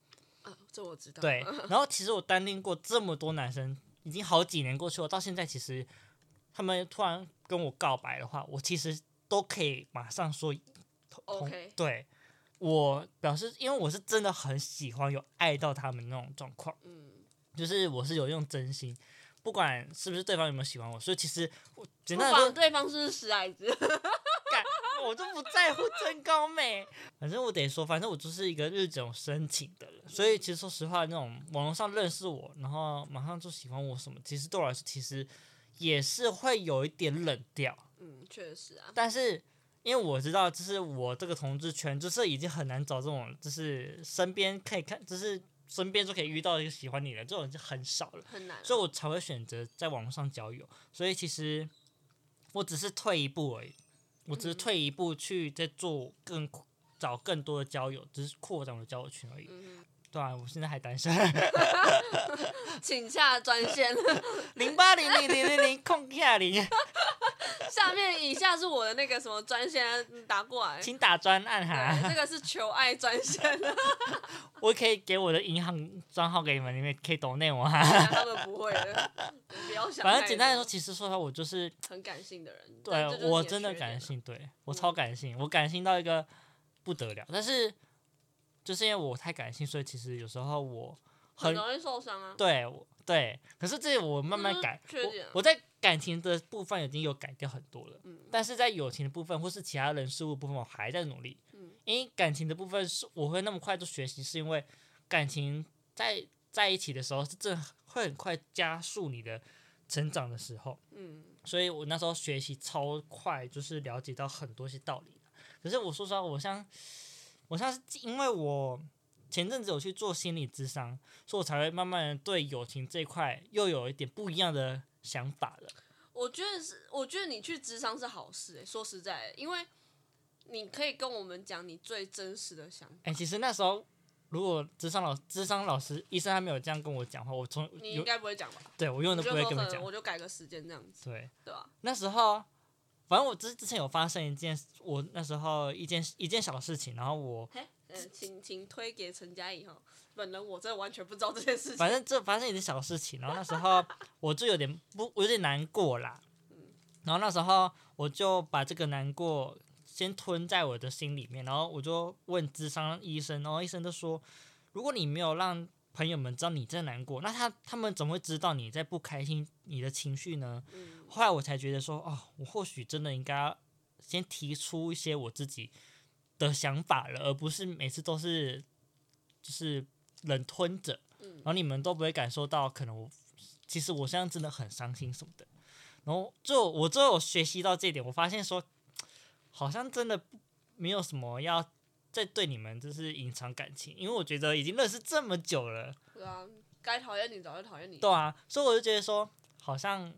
B: 啊，这我知道。
A: 对，然后其实我单恋过这么多男生，已经好几年过去了，到现在其实他们突然跟我告白的话，我其实都可以马上说同同
B: OK
A: 对我表示，因为我是真的很喜欢，有爱到他们那种状况。
B: 嗯，
A: 就是我是有用真心，不管是不是对方有没有喜欢我，所以其实我
B: 不
A: 简单来说
B: 管，对方是不是死矮子，
A: 干我就不在乎真高美，反正我得说，反正我就是一个日久生情的人，所以其实说实话，那种网络上认识我，然后马上就喜欢我什么，其实对我来说，其实也是会有一点冷掉，
B: [laughs] 嗯，确实啊，
A: 但是。因为我知道，就是我这个同志圈，就是已经很难找这种，就是身边可以看，就是身边就可以遇到一个喜欢你的人，这种就很少了。
B: 很难啊。
A: 所以我才会选择在网络上交友。所以其实我只是退一步而已，我只是
B: 嗯
A: 退一步去再做更找更多的交友，只是扩展我的交友圈而已。
B: 嗯哼，
A: 对啊，我现在还单身，
B: 请下专线。 [laughs]
A: 零八零零零零零空下零，
B: 下面以下是我的那个什么专线嗯打过来，
A: 请打专案
B: 对，
A: 哈。
B: 这个是求爱专线，
A: 我可以给我的银行账号给你们，你们可以懂内我哈。
B: 他们不会
A: [laughs]
B: 的，不要想太多。
A: 反正简单来说，其实说实话，我就是
B: 很感性的人，
A: 对
B: 但这就是
A: 我
B: 你
A: 真的
B: 缺点
A: 感
B: 了。嗯
A: 性，对我超感性，我感性到一个不得了。但是就是因为我太感性，所以其实有时候我很
B: 很容易受伤啊。
A: 对我对，可是这我慢慢
B: 这就是
A: 改，
B: 缺点啊
A: 我我在感情的部分已经有改掉很多了，
B: 嗯
A: 但是在友情的部分或是其他人事物部分，我还在努力，
B: 嗯
A: 因为感情的部分是我会那么快就学习，是因为感情在在一起的时候是真的会很快加速你的成长的时候，
B: 嗯，
A: 所以我那时候学习超快，就是了解到很多些道理。可是我说实话，我像我像是因为我前阵子有去做心理咨商，所以我才会慢慢的对友情这一块又有一点不一样的想法了。
B: 我觉得是，我觉得你去智商是好事、欸。说实在的，因为你可以跟我们讲你最真实的想法。
A: 哎、其实那时候如果智商老智商老师医生还没有这样跟我讲话，我从
B: 你应
A: 有
B: 该不会讲吧？
A: 对我永远
B: 你
A: 都
B: 就
A: 不会
B: 说
A: 跟
B: 可
A: 我
B: 能
A: 讲
B: 我。就改个时间这样子，
A: 对，
B: 对吧？
A: 那时候反正我之之前有发生一件，我那时候一件一件小事情，然后我
B: 嘿，呃，请请推给陈嘉怡哈，本人我真的完全不知道这件事情。
A: 反正这发生一点小事情，然后那时候我就有点不， [laughs] 我有点难过啦。然后那时候我就把这个难过先吞在我的心里面，然后我就问智商医生，然后医生就说，如果你没有让朋友们知道你在难过，那他他们怎么会知道你在不开心、你的情绪呢？
B: 嗯
A: 后来我才觉得说，哦，我或许真的应该要先提出一些我自己的想法了，而不是每次都是就是冷吞着。
B: 嗯
A: 然，后你们都不会感受到，可能我其实我现在真的很伤心什么的。然后就我最后有学习到这一点，我发现说，好像真的不没有什么要再对你们就是隐藏感情，因为我觉得已经认识这么久了，
B: 对啊，该讨厌你早就讨厌你。
A: 对啊，所以我就觉得说，好像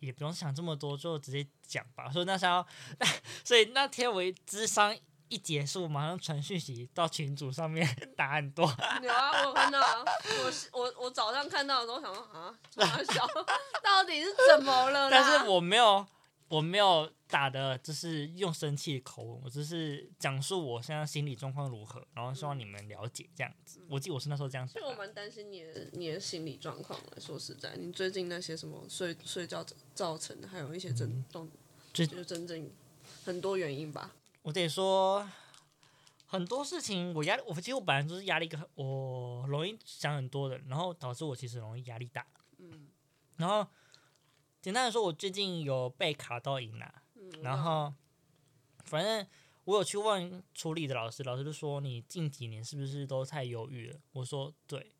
A: 也不用想这么多，就直接讲吧。所以那时候， [laughs] 所以那天我一智商一结束，马上传讯息到群组上面 [laughs] 打很多，
B: 有啊，我有看到啊，我是我我早上看到的时候想说啊，傻笑， [laughs] 到底是怎么了啦？
A: 但是我没有，我没有打的，就是用生气的口吻，我只是讲述我现在心理状况如何，然后希望你们了解这样子。我记得我是那时候这样
B: 其
A: 讲
B: 实我
A: 的，
B: 蛮担心你的你的心理状况的。说实在，你最近那些什么睡睡觉造造成的，还有一些症动，
A: 嗯这
B: 就是真正很多原因吧。
A: 我得说。很多事情我压力，我其实我本来就是压力很，我容易想很多的，然后导致我其实容易压力大。
B: 嗯
A: 然后简单的说，我最近有被卡到瘾啊啦、
B: 嗯，我
A: 然后反正我有去问处理的老师，老师就说你近几年是不是都太忧郁了？我说对，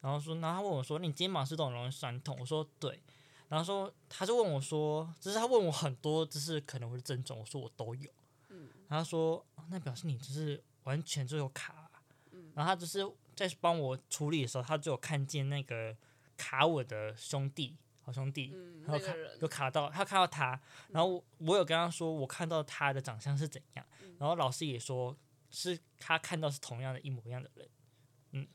A: 然后说，然后他问我说你肩膀是不是都很容易酸痛？我说对，然后说他就问我说，就是他问我很多就是可能会症状，我说我都有，
B: 嗯
A: 然后他说哦那表示你就是完全就有卡啊、
B: 嗯
A: 然后他就是在帮我处理的时候，他就有看见那个卡我的兄弟，好兄弟，
B: 嗯
A: 然后
B: 那
A: 卡
B: 个人
A: 有卡到，他看到他，然后我我有跟他说我看到他的长相是怎样，
B: 嗯
A: 然后老师也说是他看到是同样的一模一样的人，嗯，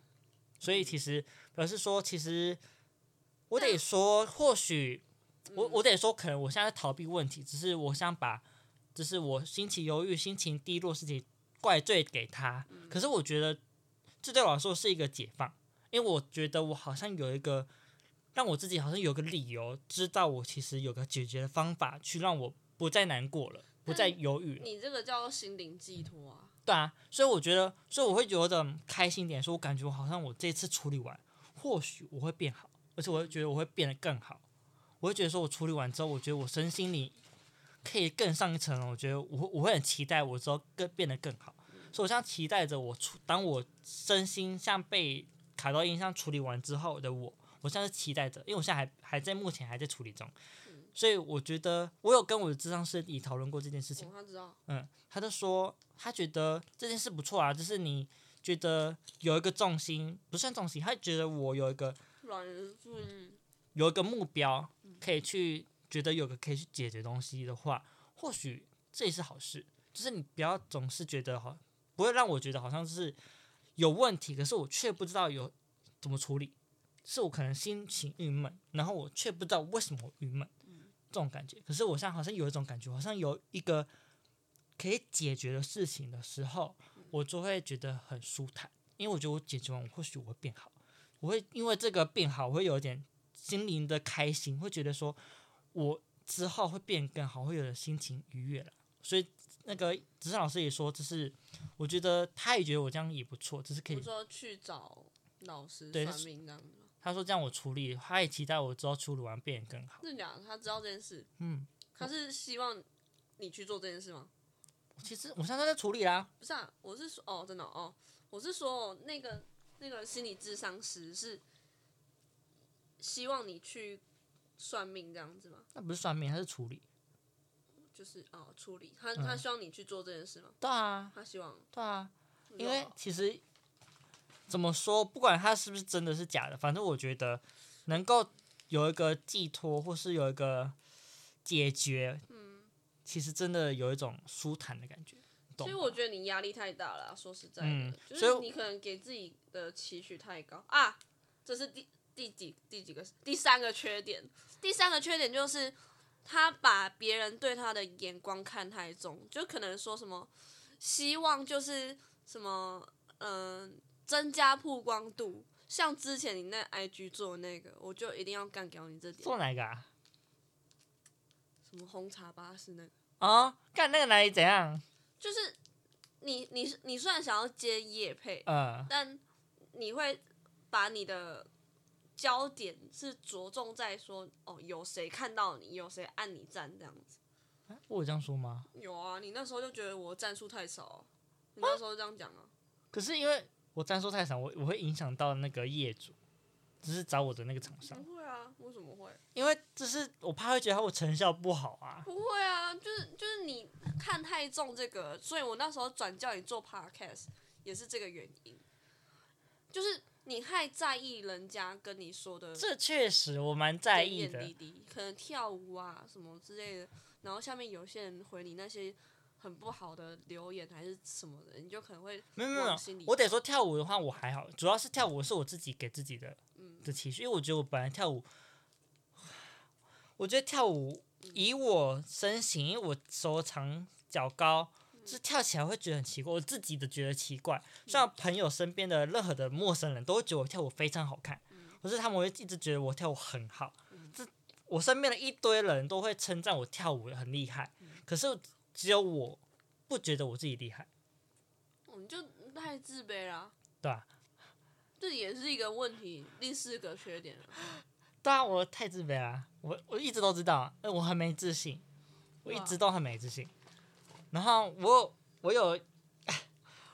A: 所以其实表示说，其实我得
B: 但
A: 说，或许我
B: 嗯
A: 我得说，可能我现在在逃避问题，只是我想把，就是我心情忧郁、心情低落的事情怪罪给他，可是我觉得这对我来说是一个解放，因为我觉得我好像有一个。让我自己好像有个理由，知道我其实有个解决的方法，去让我不再难过了，不再
B: 但
A: 犹豫了。
B: 你这个叫心灵寄托啊。
A: 对啊，所以我觉得，所以我会觉得开心点，说我感觉我好像我这次处理完，或许我会变好，而且我会觉得我会变得更好。我会觉得说我处理完之后，我觉得我身心里可以更上一层楼。我觉得我会我会很期待我之后更变得更好，所以我现在期待着我处，当我身心像被卡到印象处理完之后的我，我现在是期待着，因为我现在还还在目前还在处理中，所以我觉得我有跟我的智商师也讨论过这件事情
B: 我。他知道，
A: 嗯，他就说他觉得这件事不错啊，就是你觉得有一个重心，不算重心，他觉得我有一个
B: 老人父嗯
A: 有一个目标，可以去觉得有个可以去解决东西的话，或许这也是好事。就是你不要总是觉得好，不会让我觉得好像是有问题，可是我却不知道有怎么处理，是我可能心情郁闷，然后我却不知道为什么我郁闷，这种感觉。可是我现在好像有一种感觉，好像有一个可以解决的事情的时候，我就会觉得很舒坦，因为我觉得我解决完，或许我会变好，我会因为这个变好，我会有一点心灵的开心，会觉得说我之后会变更好，会有点心情愉悦了。所以那个职场老师也说，就是我觉得他也觉得我这样也不错，就是可
B: 我
A: 以。
B: 说去找老师
A: 对
B: 算
A: 是
B: 命这样子吗。
A: 他说这样我处理，他也期待我之后处理完变得更好。
B: 真的假的？他知道这件事，
A: 嗯，
B: 他是希望你去做这件事吗？
A: 其实我现在在处理啦，
B: 不是啊，我是说哦，真的哦，我是说那个那个心理智商师是希望你去算命这样子吗？
A: 那不是算命，他是处理。
B: 就是哦，处理他他希望你去做这件事吗？
A: 对啊，
B: 他希望，
A: 对啊，因
B: 有
A: 为
B: 啊
A: 其实怎么说，不管他是不是真的是假的，反正我觉得能够有一个寄托，或是有一个解决，
B: 嗯，
A: 其实真的有一种舒坦的感觉。懂
B: 所以
A: 吧
B: 我觉得你压力太大了啊。说实在的，
A: 嗯
B: 就
A: 所以
B: 是
A: 我
B: 你可能给自己的期许太高啊。这是第第几第几个第三个缺点？第三个缺点就是他把别人对他的眼光看太重，就可能说什么希望就是什么嗯、呃增加曝光度。像之前你那 IG 做的那个，我就一定要干掉你这点，
A: 做哪一个啊？
B: 什么红茶巴士那个。
A: 啊，干那个哪里怎样？
B: 就是你你是你虽然想要接夜配，
A: 嗯，
B: 但你会把你的焦点是着重在说哦，有谁看到你，有谁按你赞这样子。
A: 我有这样说吗？
B: 有啊，你那时候就觉得我战术太少啊、你那时候这样讲啊。
A: 可是因为我站说太少，我我会影响到那个业主，只是找我的那个厂商，
B: 不会啊，为什么会？
A: 因为就是我怕会觉得他我成效不好啊。
B: 不会啊，就是就是你看太重这个，所以我那时候转叫你做 podcast 也是这个原因，就是你太在意人家跟你说的
A: 这确实我蛮在意
B: 点
A: 的
B: 点，滴滴，可能跳舞啊什么之类的，然后下面有些人回你那些很不好的留言还是什么的，你就可能会
A: 没有没有没
B: 往
A: 有
B: 心里，
A: 嗯啊我得说跳舞的话我还好，主要是跳舞是我自己给自己的
B: 嗯
A: 的期许，因为我觉得我本来跳舞，我觉得跳舞
B: 嗯
A: 以我身形，因为我手长脚高，
B: 嗯
A: 就是跳起来会觉得很奇怪，我自己的觉得奇怪。像
B: 嗯
A: 朋友身边的任何的陌生人都会觉得我跳舞非常好看，
B: 嗯
A: 可是他们会一直觉得我跳舞很好。这我身边的一堆人都会称赞我跳舞很厉害，
B: 嗯
A: 可是只有我不觉得我自己厉害，
B: 我们就太自卑啦、
A: 对啊吧、
B: 这也是一个问题，第四个缺点了。
A: 对啊，我太自卑了，我我一直都知道啊，哎，我很没自信，我一直都很没自信。然后我有我有 [laughs]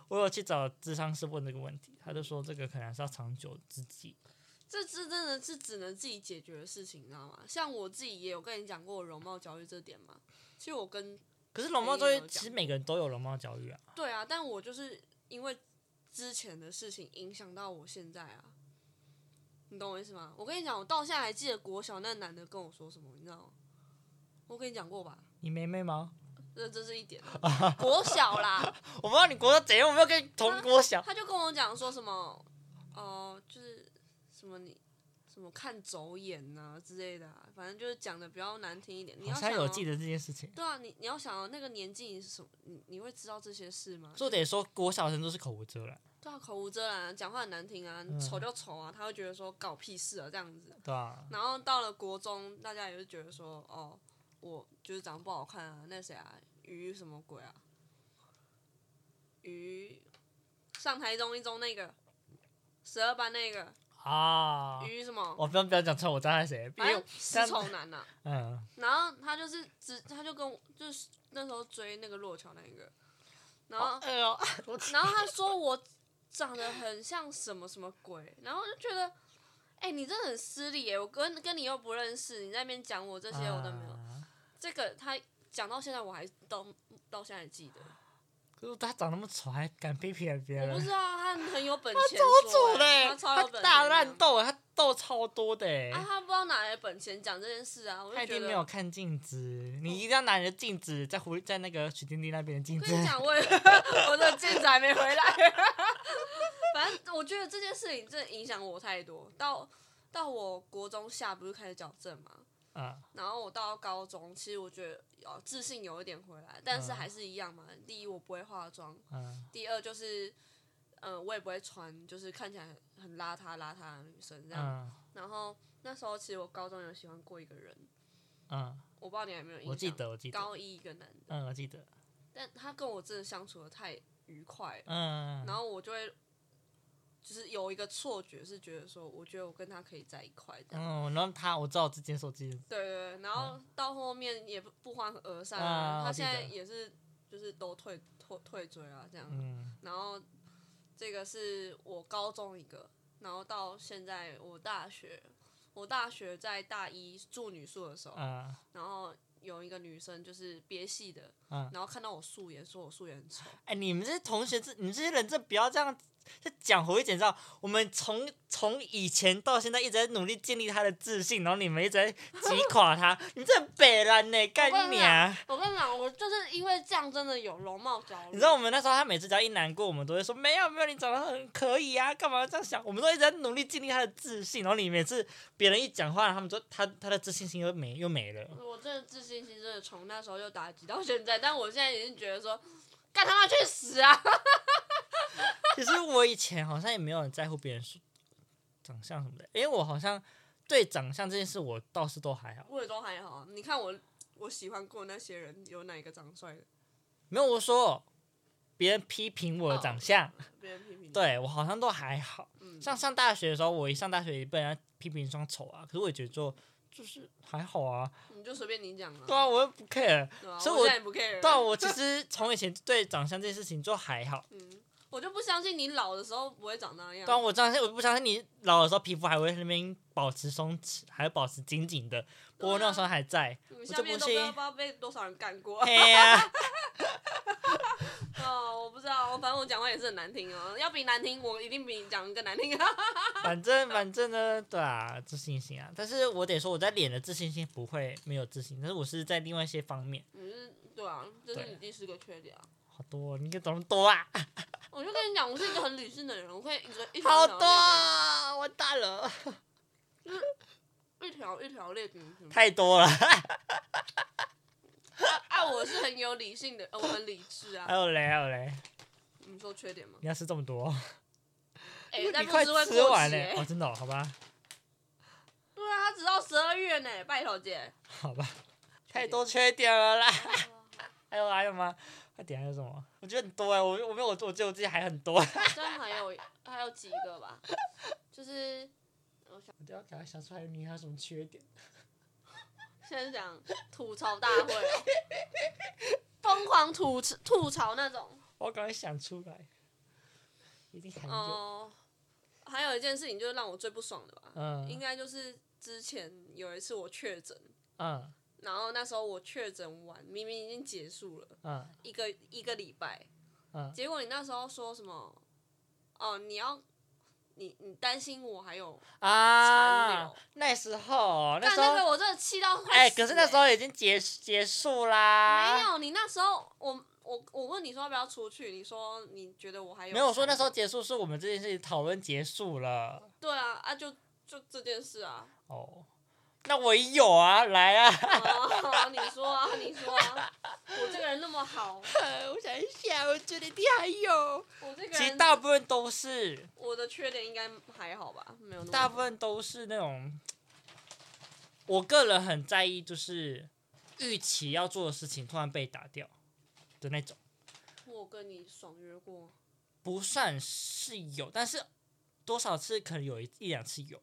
A: 我有去找智商师问这个问题，他就说这个可能是要长久之计。
B: 这这真的是只能自己解决的事情，你知道吗？像我自己也有跟你讲过容貌焦虑这点嘛。其实我跟
A: 可是容貌
B: 没
A: 焦虑
B: 哎有，
A: 其实
B: 讲
A: 每个人都有容貌焦虑啊。
B: 对啊，但我就是因为之前的事情影响到我现在啊，你懂我意思吗？我跟你讲，我到现在还记得国小那男的跟我说什么，你知道吗？我跟你讲过吧，
A: 你没妹吗？ [laughs]
B: 这这是一点啊，国小啦，
A: 我不知道你国小怎样，我没有跟你
B: [laughs]
A: 同国小。
B: 他就跟我讲说什么，哦、就是什么你什么看走眼呐、之类的、啊，反正就是讲的比较难听一点。你
A: 好
B: 要
A: 像
B: 想、
A: 有
B: 哦，
A: 记得这件事情。
B: 对啊，你你要想、哦、那个年纪你是什么，你你会知道这些事吗？
A: 就得说国小生都是口无遮拦，
B: 对啊，口无遮拦啊，讲话很难听啊，
A: 嗯
B: 丑就丑啊，他会觉得说搞屁事啊这样子。
A: 对啊，
B: 然后到了国中，大家也是觉得说，哦，我就是长得不好看啊，那谁啊，鱼什么鬼啊，鱼上台中一中那个十二班那个
A: 啊，
B: 鱼什么，
A: 我不要不要讲错，我知道他是谁，因
B: 反
A: 为
B: 正死丑男呐、啊。
A: 嗯，
B: 然后他就是只，他就跟我就是那时候追那个洛桥那一个，然后
A: 哎呦，
B: 然后他说我长得很像什么什么鬼，然后我就觉得，哎、你真的很失礼耶！我跟跟你又不认识，你在那边讲我这些我都没有。
A: 啊
B: 这个他讲到现在我还到到现在还记得，
A: 可是他长那么丑，还敢批评别人？
B: 我不知道他很有本钱
A: 超丑
B: 说耶、
A: 的欸，
B: 他超有本钱，
A: 大乱。斗，欸他斗超多的欸，
B: 啊，他不知道哪来的本钱讲这件事啊！我
A: 他
B: 就
A: 一
B: 觉
A: 定
B: 得，
A: 没有看镜子。你一定要拿你的镜子，在狐狸在那个许丁丁那边的镜子
B: 跟。你
A: [laughs]
B: 讲，我也我的镜子还没回来。 [laughs] 反正我觉得这件事情真的影响我太多。到到我国中下不是开始矫正吗？
A: 啊，
B: 然后我到高中，其实我觉得哦，自信有一点回来，但是还是一样嘛。第一，我不会化妆；
A: 嗯
B: 第二，就是呃，我也不会穿，就是看起来很邋遢邋遢的女生这样。
A: 嗯
B: 然后那时候其实我高中有喜欢过一个人，
A: 嗯，
B: 我不知道你有没有印象。
A: 我记得，我记得，
B: 高一一个男的，
A: 嗯，我记得，
B: 但他跟我真的相处的太愉快了，
A: 嗯，
B: 然后我就会就是有一个错觉，是觉得说，我觉得我跟他可以在一块这样。
A: 嗯，然后他我知道我这件手机，
B: 对对对，然后到后面也不不欢而散、
A: 嗯啊
B: 他
A: 我记
B: 现
A: 得
B: 在也是就是都退退退追啊这样。
A: 嗯，
B: 然后这个是我高中一个，然后到现在我大学，我大学在大一住女宿的时候，
A: 啊
B: 然后有一个女生就是憋戏的，
A: 啊，
B: 然后看到我素颜，说我素颜很丑。
A: 哎，你们这些同学，这你们这些人，这不要这样。这讲回一点，知道我们从从以前到现在一直在努力建立他的自信，然后你们一直在击垮他，你这北人呢，干你啊！
B: 我跟你讲，我就是因为这样真的有容貌焦虑。
A: 你知道我们那时候他每次只要一难过，我们都会说没有没有，你长得很可以啊，干嘛这样想？我们都一直在努力建立他的自信，然后你每次别人一讲话，他们说他他的自信心又没又没了。
B: 我真的自信心真的从那时候就打击到现在，但我现在已经觉得说，干他妈去死啊！
A: 其实我以前好像也没有很在乎别人说长相什么的，因为我好像对长相这件事我倒是都还好。
B: 我也都还好，你看我我喜欢过那些人，有哪一个长帅的？
A: 没有我说别人批评我的长相，
B: 别人批评你，
A: 对我好像都还好。
B: 嗯，
A: 像上大学的时候，我一上大学也被人家批评说丑啊，可是我也觉得就就是还好啊，
B: 你就随便你讲了，
A: 对啊，我又不 care。
B: 对吧？
A: 所以
B: 我
A: 我
B: 现在也不 care，
A: 但我其实从以前对长相这件事情就还好，
B: 嗯，我就不相信你老的时候不会长那样。
A: 但我相信我不相信你老的时候皮肤还会那边保持松弛，还会保持紧紧的，不过那时候还在。
B: 你
A: 我
B: 们
A: 就
B: 下面
A: 不
B: 都不知
A: 信
B: 道不知道被多少人干过。 [laughs]
A: 哎呀，
B: 哦，我不知道，反正我讲话也是很难听哦。要比难听，我一定比你讲得更难听。啊
A: 反正反正呢，对啊，自信心啊，但是我得说我在脸的自信心不会没有自信，但是我是在另外一些方面，
B: [laughs] 你是对啊，这是
A: 对
B: 你第四个缺点啊。
A: 好多哦你该怎么多啊，
B: 我就跟你讲，我是一个很理性的人，我会一个一条
A: 好
B: 一条
A: 多
B: 列举
A: 啊，完蛋了，
B: 一条一条列举出来。
A: 太多了，
B: 啊，我是很有理性的，呃我很理智
A: 还
B: 啊。
A: 有嘞还有嘞，
B: 你说缺点吗？
A: 你要吃这么多，
B: 哎、但
A: 你
B: 不
A: 快
B: 是会
A: 吃
B: 过
A: 完
B: 期、
A: 嘞，
B: 欸
A: 哦，真的哦好吧
B: 对啊，它直到十二月呢，拜托姐。
A: 好
B: [laughs]
A: 吧，太多缺点了啦。
B: 哦
A: 还有还有吗？快点还有什么？我觉得很多哎、我我没有我我觉得我自己还很多。
B: 好像还有还有几个吧，就是
A: 我都要赶快想出来你还有什么缺点。
B: 先讲吐槽大会、哦，疯狂吐吐槽那种。
A: 我要赶快想出来，一定还有。
B: 哦、还有一件事情就是让我最不爽的吧，
A: 嗯
B: 应该就是之前有一次我确诊，
A: 嗯
B: 然后那时候我确诊完，明明已经结束了
A: 嗯
B: 一个一个礼拜，
A: 嗯，
B: 结果你那时候说什么？哦，你要你你担心我还有残
A: 啊
B: 留，，
A: 那时候那
B: 但
A: 时
B: 那个
A: 候
B: 我真的气到快死、欸
A: 哎、可是那时候已啊经结结束
B: 没
A: 啦。
B: 有，你那时候我我我问你说要不要出去，你说你觉得我还有
A: 没有，我说
B: 残留
A: 那时候结束是我们这件事情讨论结束了。
B: 对啊啊就就这件
A: [laughs]
B: 事啊，
A: 哦，那我也有啊，来啊。
B: 哦、你说啊你说啊，我这个人那么好，
A: [laughs] 我想一下，我觉得你还有。
B: 我这个
A: 其实
B: 人
A: 大部分都是。
B: 我的缺点应该还好吧，没有那么
A: 大部分都是那种，我个人很在意，就是预期要做的事情突然被打掉的那种，
B: 我跟你爽约过，
A: 不算是有，但是多少次可能有一一两次有，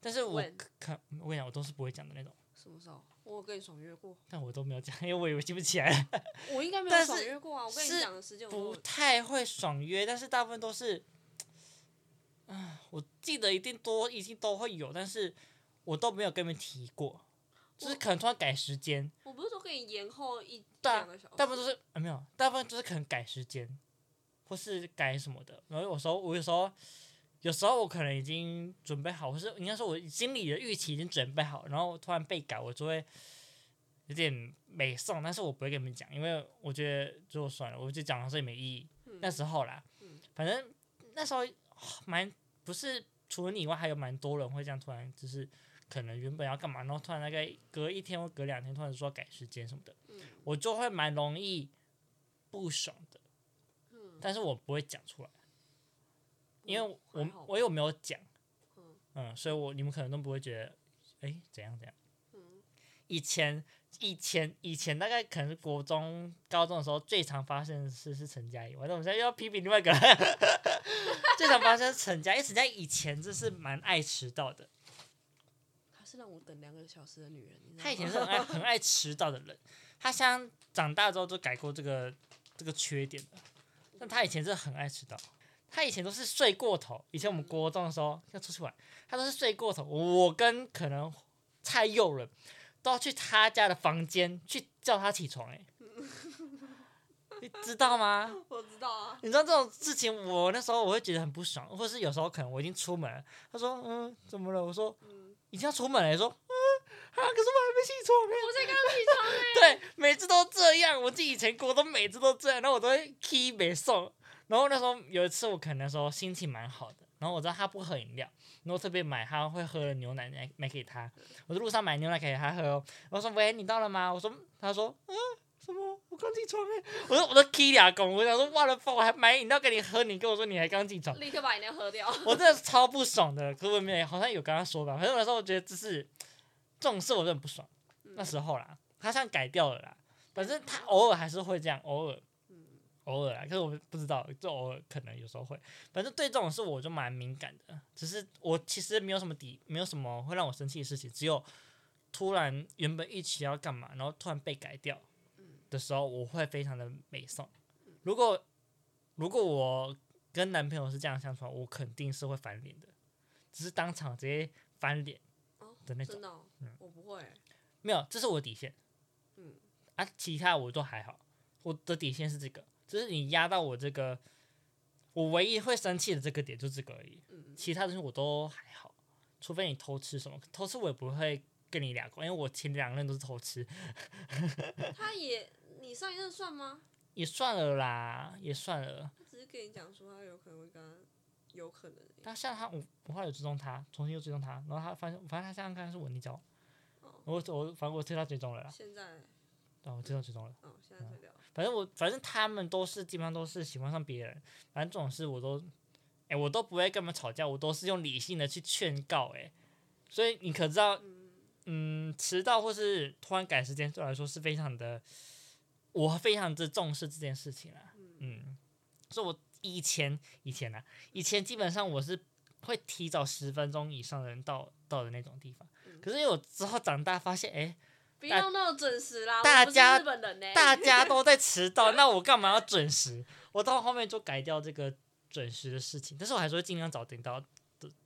A: 但是我
B: When？
A: 可我跟你讲，我都是不会讲的那种，
B: 什么时候？我有跟你爽约过，
A: 但我都没有讲，因为我以为记不起来了，
B: 我应该没有
A: 但
B: 爽
A: 是
B: 约过啊，我跟你
A: 是
B: 讲的时间我
A: 不
B: 都
A: 太会爽约，但是大部分都是，啊，我记得一定多一定都会有，但是我都没有跟你们提过，就是
B: 我
A: 可能突然改时间。
B: 我不是说可以延后一一
A: 对啊
B: 两个小时，
A: 大部分都是、啊、没有，大部分就是可能改时间，或是改什么的。然后有时候我有时候，有时候我可能已经准备好，或是应该说我心里的预期已经准备好，然后突然被改，我就会有点美送，但是我不会跟你们讲，因为我觉得就算了，我就讲到这也没意义。
B: 嗯
A: 那时候啦
B: 嗯，
A: 反正那时候哦蛮不是除了你以外，还有蛮多人会这样突然就是。可能原本要干嘛，然后突然大概隔一天或隔两天，突然说要改时间什么的，
B: 嗯
A: 我就会蛮容易不爽的，
B: 嗯
A: 但是我不会讲出来，因为
B: 我还
A: 我
B: 好
A: 我有没有讲
B: 嗯，
A: 嗯，所以我你们可能都不会觉得，哎，怎样怎样。
B: 嗯
A: 以前以前以前大概可能是国中、高中的时候，最常发生的事是陈嘉怡，我怎么现在又要批评另外一个人？ [laughs] 最常发生是陈嘉怡，因为陈嘉怡以前就是蛮爱迟到的，
B: 她是让我等两个小时的女人，你知道吗
A: 他以前是很爱很爱迟到的人，他像长大之后就改过这个这个缺点的。但他以前真的很爱迟到，他以前都是睡过头。以前我们国中的时候要出去玩，他都是睡过头。我跟可能蔡佑仁都要去他家的房间去叫他起床、欸，你知道吗？
B: [laughs] 我知道啊，
A: 你知道这种事情，我那时候我会觉得很不爽，或是有时候可能我已经出门了，他说嗯怎么了？我说
B: 嗯，
A: 已经要出门了，你说嗯啊，可是我还没起床呢。
B: 我才刚起床哎、
A: [laughs] 对，每次都这样，我自己以前国中每次都这样，然后我都会 key 没送。然后那时候有一次，我可能那时候心情蛮好的，然后我知道他不喝饮料，然后特别买他会喝的牛奶买买给他。我在路上买牛奶给他喝、哦，我说喂，你到了吗？我说，他说嗯。什么？我刚起床哎、我说我都 key 俩公，我想说忘了放，我还买饮料给你喝，你跟我说你还刚起床，
B: 立刻把饮料喝掉。
A: [laughs] 我哦真的是超不爽的，可我没有好像有跟他说吧，反正那时候我觉得这是这种事我真的不爽。
B: 嗯
A: 那时候啦，他算改掉了啦，反正他偶尔还是会这样，偶尔
B: 嗯
A: 偶尔啦，可是我不知道，就偶尔可能有时候会，反正对这种事我就蛮敏感的。只是我其实没有什么底，没有什么会让我生气的事情，只有突然原本一起要干嘛，然后突然被改掉
B: 嗯
A: 的时候，我会非常的美送。如果如果我跟男朋友是这样相处，我肯定是会翻脸的，只是当场直接翻脸
B: 哦
A: 的那种
B: 真。的哦、
A: 嗯
B: 我不会欸、
A: 没有，这是我的底线。
B: 嗯
A: 啊，其他我都还好，我的底线是这个，就是你压到我这个，我唯一会生气的这个点就这个而已，
B: 嗯，
A: 其他东西我都还好，除非你偷吃什么，偷吃我也不会跟你俩过，因为我前两任都是偷吃，
B: 他也，你上一任算吗？
A: 也算了啦，也算了。
B: 他只是跟你讲说他有可能会跟他，有可能欸、
A: 但像他，我我后来有追踪他，重新又追踪他，然后他发现，反正他现在看是我逆交，
B: 哦，
A: 我我反正我推他追踪了啦，
B: 现在，
A: 对，我追踪追踪了。
B: 哦，现在退掉了。
A: 反正我反正他们都是基本上都是喜欢上别人，反正这种事我都，哎、我都不会跟他们吵架，我都是用理性的去劝告、哎，所以你可知道，
B: 嗯，
A: 嗯，迟到或是突然改时间对我来说是非常的，我非常的重视这件事情啊，嗯，所以我以前以前啊，以前基本上我是会提早十分钟以上的人到到的那种地方，
B: 嗯
A: 可是因为我之后长大发现，哎、
B: 不要那么准时啦，
A: 大
B: 我不是
A: 家
B: 日本人呢、欸
A: 大家都在迟到，那我干嘛要准时？我到后面就改掉这个准时的事情，但是我还是会尽量早点到，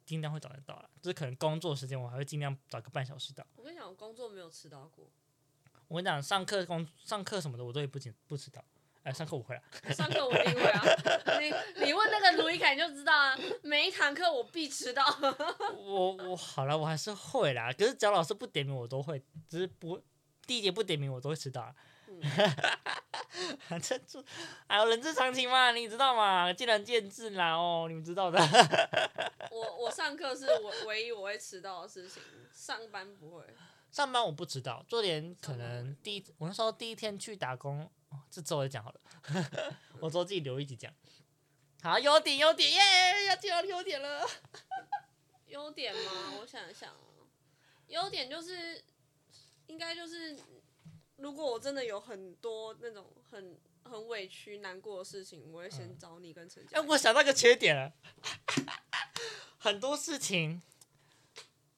A: 尽量会早点到啦。就是可能工作时间我还会尽量早个半小时到。
B: 我跟你讲，我工作没有迟到过，
A: 我跟你讲，上课工上课什么的我都也不紧不迟到。哎、上课我会啦，
B: 上课我一定会啊。你你问那个卢一凯你就知道啊，每一堂课我必迟到。 [laughs]
A: 我我好了，我还是会啦。可是只要老师不点名，我都会，只是不第一节不点名，我都会迟到啦。
B: 嗯
A: [laughs] 反正就，哎呦，人之常情嘛，你知道嘛，见仁见智啦哦，你们知道的。
B: 我我上课是我唯一我会迟到的事情，上班不会。
A: 上班我不知道，就连可
B: 上班我也
A: 能第一我那时候第一天去打工，哦、这周也讲好了， [laughs] 我周自己留一集讲。好，优点优点耶，要进到优点了。
B: 优点吗？我想一想哦，优点就是应该就是，如果我真的有很多那种很很委屈、难过的事情，我会先找你跟陈
A: 哎、
B: 家。
A: 我想到个缺点了， [laughs] 很多事情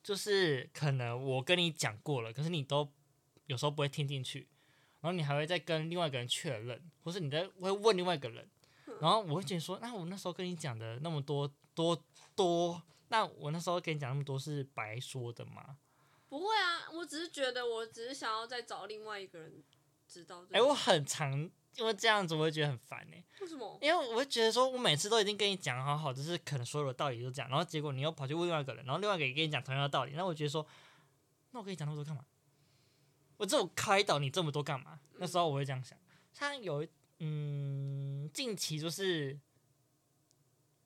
A: 就是可能我跟你讲过了，可是你都有时候不会听进去，然后你还会再跟另外一个人确认，或是你在会问另外一个人，然后我会觉得说，那我那时候跟你讲的那么多多多，那我那时候跟你讲那么多是白说的吗？
B: 不会啊，我只是觉得，我只是想要再找另外一个人知道这
A: 哎、
B: 个。
A: 我很常因为这样子，我会觉得很烦哎、
B: 为什么？
A: 因为我会觉得说，我每次都已经跟你讲好好，就是可能所有的道理都讲，然后结果你又跑去问另外一个人，然后另外一个也跟你讲同样的道理，那我觉得说，那我跟你讲那么多干嘛？我这种开导你这么多干嘛？那时候我会这样想。像有一嗯，近期就是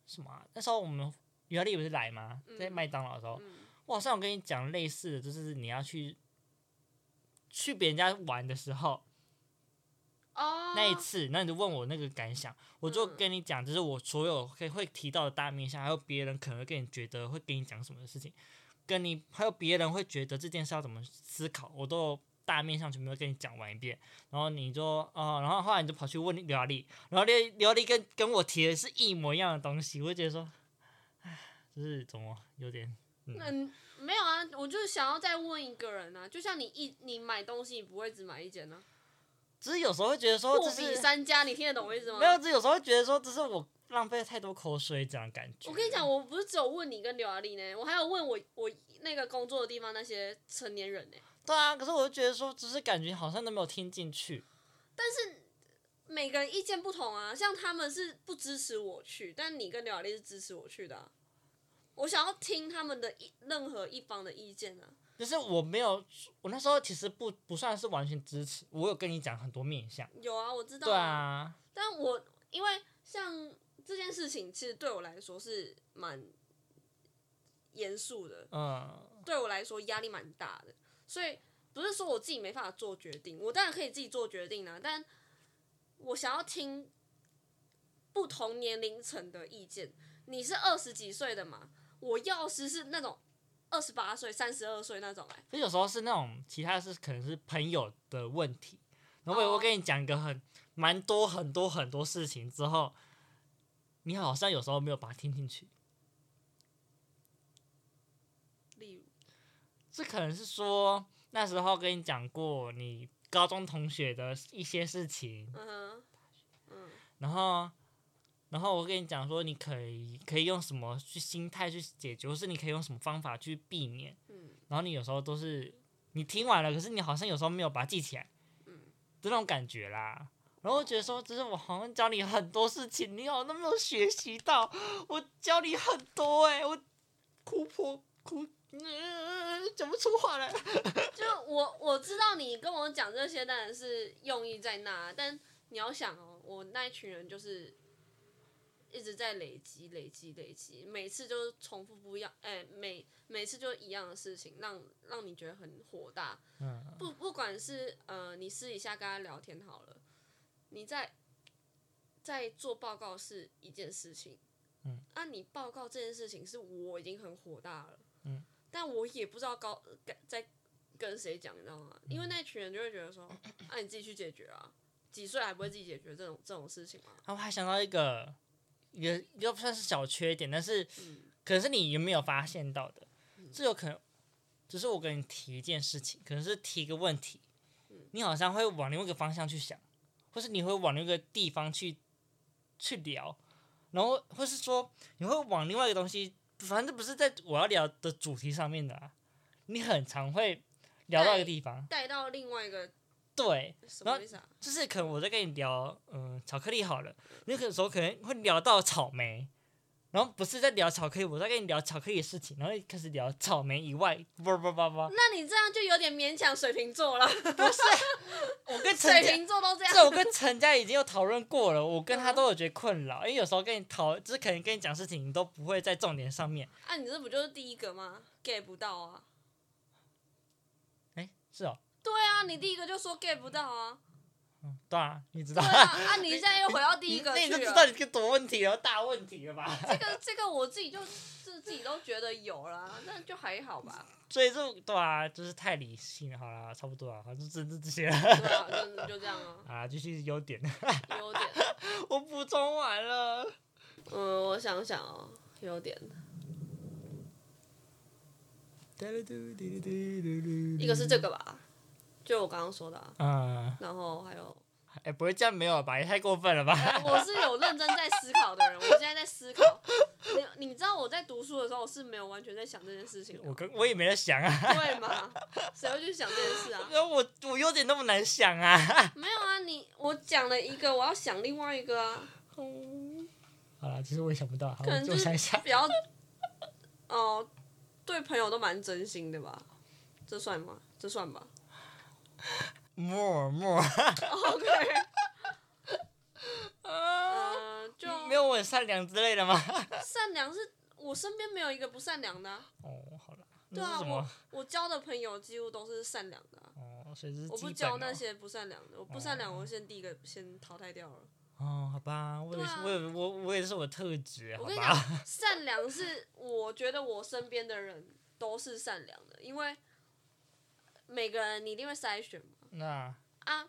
A: 什么、啊？那时候我们原来不是来吗？在
B: 嗯
A: 麦当劳的时候，
B: 嗯
A: 我好像有跟你讲类似的，就是你要去去别人家玩的时候，
B: 哦，
A: 那一次，那你就问我那个感想，我就
B: 嗯
A: 跟你讲，就是我所有会会提到的大面向，还有别人可能会跟你觉得会跟你讲什么的事情，跟你还有别人会觉得这件事要怎么思考，我都有大面向全部都跟你讲完一遍，然后你就啊、然后后来你就跑去问刘亚丽，然后刘刘亚丽跟跟我提的是一模一样的东西，我就觉得说，唉，就是怎么有点，
B: [laughs]
A: 嗯，
B: 嗯，没有啊，我就是想要再问一个人啊，就像你一你买东西，你不会只买一件呢、
A: 只是有时候会觉得说，
B: 货
A: 这
B: 比
A: 是
B: 三家，你听得懂我意思吗？
A: 没有，只是有时候会觉得说，这是我浪费太多口水这样的感觉。
B: 我跟你讲，，我不是只有问你跟刘阿丽呢，我还有问我我那个工作的地方那些成年人呢。
A: 对啊，可是我就觉得说，只是感觉好像都没有听进去。
B: 每个人意见不同啊，像他们是不支持我去，但你跟刘雅丽是支持我去的、啊。我想要听他们的一任何一方的意见啊。
A: 就是我没有，我那时候其实不不算是完全支持，我有跟你讲很多面向。
B: 有啊，我知道、
A: 对，啊，
B: 但我因为像这件事情，其实对我来说是蛮严肃的，
A: 嗯，
B: 对我来说压力蛮大的，所以不是说我自己没办法做决定，我当然可以自己做决定啦、啊但我想要听不同年龄层的意见。你是二十几岁的嘛？我要是是那种二十八岁、三十二岁那种、哎，
A: 可是有时候是那种其他是可能是朋友的问题，然后我
B: 哦
A: 我跟你讲一个很蛮多很多很多事情之后，你好像有时候没有把它听进去。
B: 例如，
A: 这可能是说那时候跟你讲过你高中同学的一些事情，
B: 嗯哼，嗯，
A: 然后，啊然后我跟你讲说，你可以可以用什么去心态去解决，或是你可以用什么方法去避免。
B: 嗯
A: 然后你有时候都是你听完了，可是你好像有时候没有把它记起来，
B: 嗯
A: 就那种感觉啦。然后我觉得说，只是我好像教你很多事情，你好像都没有学习到。我教你很多哎、我哭破哭，呃，讲不出话来。
B: 就我我知道你跟我讲这些当然是用意在那，啊但你要想哦，我那一群人就是一直在累积、累积、累积，每次就是重复不一样，哎、每每次就一样的事情，让让你觉得很火大。
A: 嗯，
B: 不不管是呃，你私底下跟他聊天好了，你在在做报告是一件事情，
A: 嗯，
B: 啊，你报告这件事情是我已经很火大了，
A: 嗯，
B: 但我也不知道高该在跟谁讲，你知道吗？
A: 嗯
B: 因为那群人就会觉
A: [coughs]
B: 得说，啊，你自己去解决啊，几岁还不会自己解决这种这种事情吗？
A: 啊，我还想到一个，也又算是小缺点，但是
B: 嗯
A: 可是你有没有发现到的
B: 嗯？
A: 这有可能，只是我跟你提一件事情，可能是提一个问题
B: 嗯，
A: 你好像会往另外一个方向去想，或是你会往另一个地方去去聊，然后或是说你会往另外一个东西，反正不是在我要聊的主题上面的啊，你很常会聊到一个
B: 对
A: 地方，
B: 带到另外一个
A: 对，
B: 什么意思啊？
A: 就是可能我在跟你聊，嗯、巧克力好了，你有时候可能会聊到草莓，然后不是在聊巧克力，我在跟你聊巧克力的事情，然后开始聊草莓以外，不不不不，
B: 那你这样就有点勉强水瓶座了，
A: 我跟陈
B: 水
A: 家，
B: 瓶座嗯都这样。
A: 这我跟陈家已经有讨论过了，我跟他都有觉得困扰，因为有时候跟你讨，就是可能跟你讲事情，你都不会在重点上面，
B: 啊，你这不就是第一个吗？get 不到啊。
A: 哎，是哦，
B: 对啊，你第一个就说 get 不到
A: [laughs]
B: 啊。
A: 嗯，对啊，你知道
B: 对，啊，啊，你现在又回到第一个
A: 那你
B: 去
A: 就知
B: 了。
A: 道你这个多问题了，大问题了吧？ [laughs]
B: 这个这个我自己就是自己都觉得有啦，那就还好吧。
A: 所以这对啊，就是太理性了，好啦，差不多啊，反正这这这些了 [laughs]
B: 对啊，就就这样啊，
A: 啊，继续优点。
B: 优点。
A: 我补充完了。
B: 嗯，我想想哦，优点，一
A: 一
B: 个是这个吧，就我刚刚说的、啊，
A: 嗯，
B: 然后
A: [laughs]
B: 还有，
A: 哎、不会这样没有吧？也太过分了吧？
B: 我是有认真在思考的人，我现在在思考。你你知道我在读书的时候，我是没有完全在想这件事情的
A: 我
B: 嘛，
A: 跟我也没在想啊， [laughs]
B: 对吗？谁会去想这件事啊？
A: 那我我有点那么难想啊。 [laughs]
B: 没有啊，你我讲了一个，我要想另外一个啊，
A: 好了，其实我也想不到，好，
B: 可能
A: 我
B: 就
A: 我
B: 是
A: 想一下。
B: 比较，哦、对朋友都蛮真心的吧？这算吗？这算吧。
A: 默默，
B: OK，呃，就
A: 没有我很善良之类的吗？
B: 善良是我身边没有一个不善良的啊、
A: 哦，好了，
B: 对
A: 那
B: 啊，
A: 是什么
B: 我？我交的朋友几乎都是善良的啊、
A: 哦，所以这是
B: 我
A: 基
B: 不
A: 本
B: 交那
A: 哦
B: 些不善良的，我不善良，我先第一个先淘汰掉了。
A: 哦，好吧，我也
B: 对
A: 是，
B: 啊
A: 我也我我也是我的特质，好
B: 我跟你
A: 吧？
B: 讲，善良是我觉得我身边的人都是善良的，因为每个人你一定会筛选嘛。
A: [laughs] 那
B: 啊，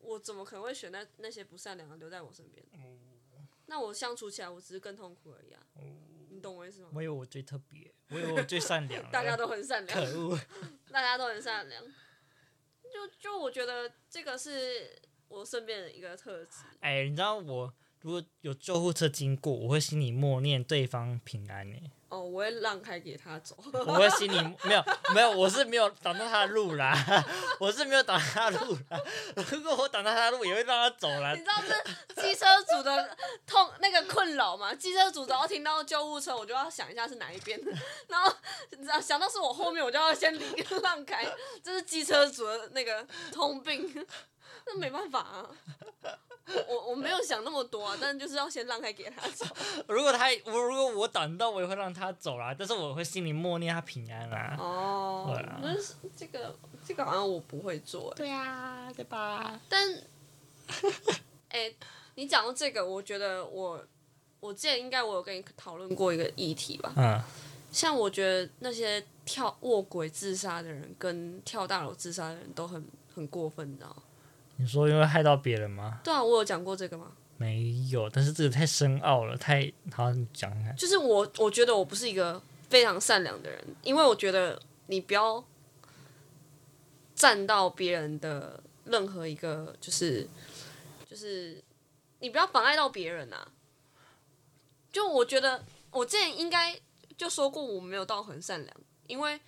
B: 我怎么可能会选那那些不善良的留在我身边？
A: 哦
B: 那我相处起来，我只是更痛苦而已啊。你懂我意思吗？
A: 我以为我最特别，我以为我最善良了，
B: [laughs] 大家都很善
A: 可
B: 良，
A: 恶。
B: 大家都很善良。就就我觉得这个是我身边的一个特质。
A: 哎，你知道我如果有救护车经过，我会心里默念对方平安呢、欸
B: 哦，我会让开给他走。
A: 我会心里没有没有，我是没有挡到他的路啦，我是没有挡他的路啦。如果我挡到他的路，也会让他走
B: [laughs]
A: 啦
B: 你。知道这机车组的痛那个困扰吗？ [laughs] 机车组只要听到救护车，我就要想一下是哪一边， [laughs] 然后你知道想到是我后面，我就要先离 [laughs] 让开，这是机车组的那个通病， [laughs] 那没办法啊。我我我没有想那么多啊，但就是要先让开给他走。
A: 如果他我如果我挡到，我也会让他走啦。但是我会心里默念他平安啦。
B: 哦
A: 对啊，
B: 那是这个这个好像我不会做、欸，
A: 对啊，对吧？
B: 但 [laughs] 哎、你讲到这个，我觉得我我之前应该我有跟你讨论过一个议题吧。
A: 嗯，
B: 像我觉得那些跳卧轨自杀的人跟跳大楼自杀的人都很很过分，你知道吗？
A: 你说因为害到别人吗？
B: 对啊，我有讲过这个吗？
A: 没有，但是这个太深奥了，太好，你讲讲看。
B: 就是我我觉得我不是一个非常善良的人，因为我觉得你不要站到别人的任何一个，就是就是你不要妨碍到别人啊。就我觉得我之前应该就说过我没有到很善良，因为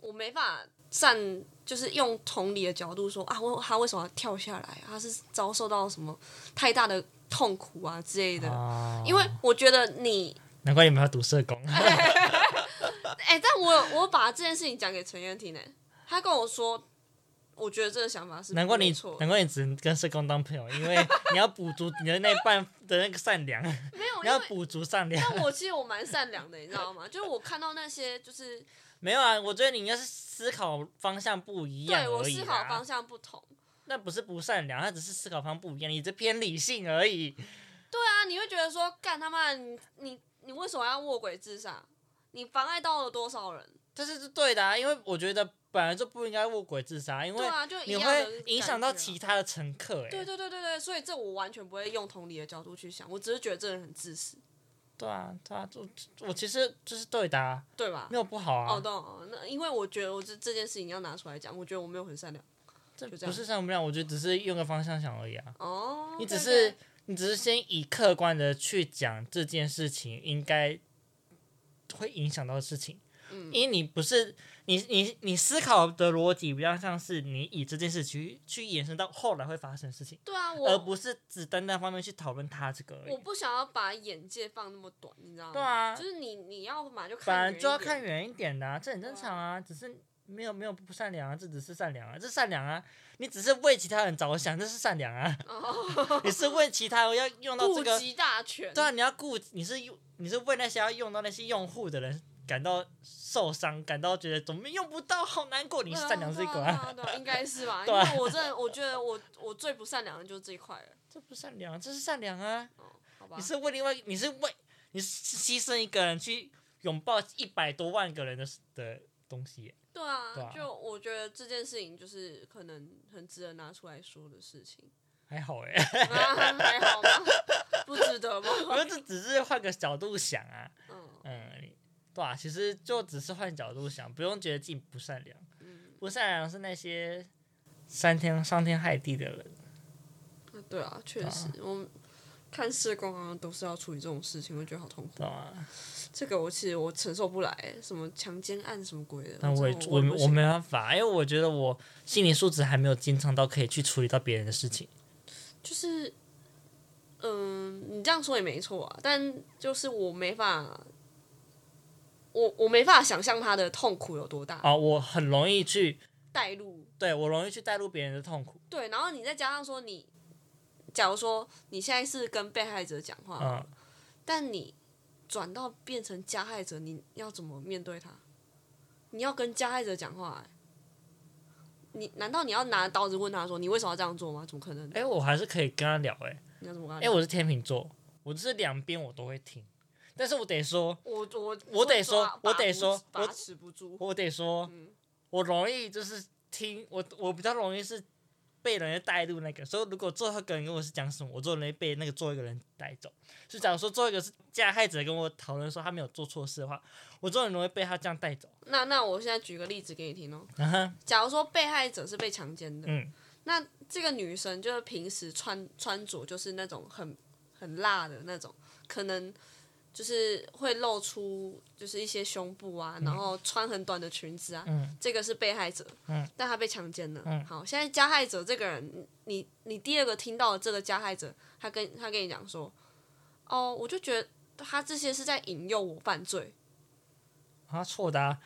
B: 我没法站，就是用同理的角度说啊，我他为什么要跳下来、啊？他是遭受到什么太大的痛苦啊之类的。
A: 哦，
B: 因为我觉得你，
A: 难怪你们要读社工。
B: 哎、但我有我把这件事情讲给陈燕听呢、他跟我说，我觉得这个想法是
A: 难怪你
B: 没错，的，
A: 难怪你只能跟社工当朋友，因为你要补足你的那一半的那个善良，你
B: [laughs] 没有，因
A: 要
B: 为
A: 补足善
B: [laughs]
A: 良。
B: 但我其实我蛮善良的，你知道吗？就是我看到那些，就是
A: 没有啊，我觉得你应该是思考方向不一样
B: 对我
A: 而已啊
B: 思考
A: 啦
B: 方。向不同，
A: 那不是不善良，他只是思考方不一样，你这偏理性而已。
B: 对啊，你会觉得说，干他妈的，你你你为什么要卧轨自杀？你妨碍到了多少人？
A: 这是对的啊，因为我觉得本来就不应该卧轨自杀，因为
B: 对啊，就
A: 你
B: 一样的
A: 会影响到其
B: 他。
A: 他的乘客、欸。
B: 对对对对对，所以这我完全不会用同理的角度去想，我只是觉得这人很自私，
A: 对啊，对啊，我我其实就是对的、啊，
B: 对吧？
A: 没有不好啊。
B: 哦，懂哦，那因为我觉得我这这件事情要拿出来讲，我觉得我没有很善良。
A: 这
B: 就这
A: 不
B: 样
A: 是善不善，我觉得只是用个方向想而已啊。
B: 哦，
A: 你只
B: 对
A: 是你只是先以客观的去讲这件事情应该会影响到的事情，
B: 嗯
A: 因为你不是你你你思考的逻辑比较像是你以这件事去去延伸到后来会发生的事情，
B: 对啊，
A: 而
B: 我
A: 不是只单单方面去讨论它这个而
B: 我
A: 已。
B: 不想要把眼界放那么短，你知道吗？
A: 对啊
B: 就是你你要嘛就
A: 反而
B: 看远一点，嗯
A: 就要看远一点的、啊，这很正常啊，只是。没有没有不善良啊，这只是善良啊，这善良啊，你只是为其他人着想，这是善良啊， [laughs] 你是为其他人要用到这
B: 哦顾
A: 个
B: 及大全。
A: 对啊，你要顾你是用你是为那些要用到那些用户的人感到受伤，感到觉得怎么用不到，好难过。
B: 对啊，
A: 你是善良这一块、
B: 对啊，对啊对啊应该是
A: [laughs]
B: 吧？因
A: 对啊
B: 为我真的我觉得我我最不善良的就是这一块了，
A: 这不是善良，这是善良啊！
B: 哦，好吧
A: 你？是为另外，你是为你是牺牲一个人去拥抱一百多万个人的的东西耶。
B: 对啊，
A: 对啊
B: 就我觉得这件事情就是可能很值得拿出来说的事
A: [laughs]
B: 情，
A: 还好哎，
B: 啊、还好吗？不值得吗？
A: 我们这只是换个角度想啊，
B: 嗯
A: 嗯，你对啊，其实就只是换角度想，不用觉得自己不善良，
B: 嗯。
A: 不善良是那些伤天伤天害地的人。
B: 啊对啊，确
A: 啊
B: 实，我们看社工啊，都是要处理这种事情，我觉得好痛苦。
A: 懂吗？
B: 这个我其实我承受不来，什么强奸案什么鬼的。
A: 但我也
B: 这种
A: 我
B: 我
A: 我
B: 们
A: 没办法，因为我觉得我心理素质还没有经常到可以去处理到别人的事情。
B: 就是，嗯、你这样说也没错啊，但就是我没法，我我没法想象他的痛苦有多大，
A: 啊，我很容易去，
B: 带入
A: 对我容易去带入别人的痛苦。
B: 对，然后你再加上说你，假如说你现在是跟被害者讲话，
A: 嗯，
B: 但你转到变成加害者，你要怎么面对他？你要跟加害者讲话、欸，你难道你要拿刀子问他说你为什么要这样做吗？怎么可能？
A: 哎、我还是可以跟他聊、哎，
B: 你要怎么跟他
A: 哎、
B: 聊？
A: 我是天秤座，我就是两边我都会听，但是我得说，
B: 我我
A: 我得说
B: 抓
A: 我得
B: 把不
A: 说
B: 把
A: 我
B: 持不住。
A: 我得说，
B: 嗯
A: 我容易就是听我，我比较容易是被人家带入那个，所以如果最后一个人跟我是讲什么，我就容易被那个最后一个人带走。是假如说最后一个是加害者跟我讨论说他没有做错事的话，我就很容易被他这样带走。
B: 那那我现在举个例子给你听哦。
A: 啊哈，
B: 假如说被害者是被强奸的，
A: 嗯
B: 那这个女生就是平时穿穿着就是那种很很辣的那种，可能就是会露出就是一些胸部啊，然后穿很短的裙子啊，
A: 嗯
B: 这个是被害者，
A: 嗯
B: 但他被强奸了。
A: 嗯
B: 好，现在加害者这个人，你你第二个听到的这个加害者，他跟他跟你讲说，哦，我就觉得他这些是在引诱我犯罪，
A: [laughs] 啊，错的、啊，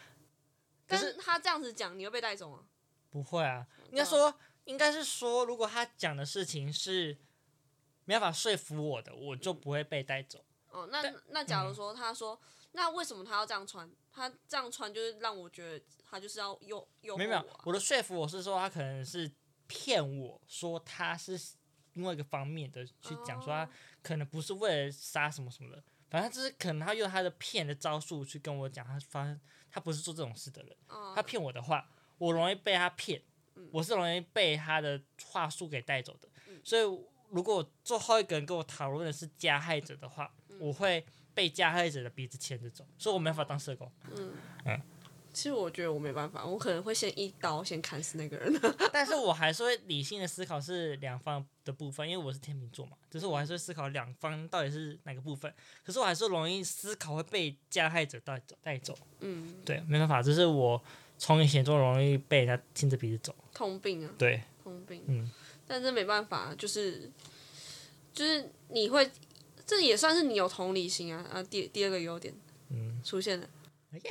A: 可
B: 但
A: 是
B: 是他这样子讲，你会被带走吗？
A: 不会啊，应该说，应该是说，如果他讲的事情是没办法说服我的，我就不会被带走。
B: 哦，那
A: 但嗯
B: 那假如说他说，那为什么他要这样穿？他这样穿就是让我觉得他就是要诱诱
A: 没有
B: 惑
A: 没
B: 我啊、
A: 有，我的说服我是说他可能是骗我说他是另外一个方面的去讲，说他
B: 哦
A: 可能不是为了杀什么什么的，反正就是可能他用他的骗的招数去跟我讲，他发现他不是做这种事的人，
B: 哦
A: 他骗我的话，我容易被他骗
B: 嗯，
A: 我是容易被他的话术给带走的
B: 嗯。
A: 所以如果最后一个人跟我讨论的是加害者的话，
B: 嗯
A: 我会被加害者的鼻子牵着走，所以我没办法当社工。
B: 嗯
A: 嗯
B: 其实我觉得我没办法，我可能会先一刀先砍死那个人。啊
A: 但是我还是会理性的思考是两方的部分，因为我是天秤座嘛，只是我还是会思考两方到底是哪个部分。可是我还是容易思考会被加害者带走带走，
B: [laughs] 嗯，
A: 对，没办法，这是我从以前就容易被人家牵着鼻子走。
B: 通病啊，
A: 对，
B: 通病。
A: 嗯，
B: 但是没办法，就是就是你会，这也算是你有同理心啊啊。第第二个优点，
A: 嗯，
B: 出现了，你有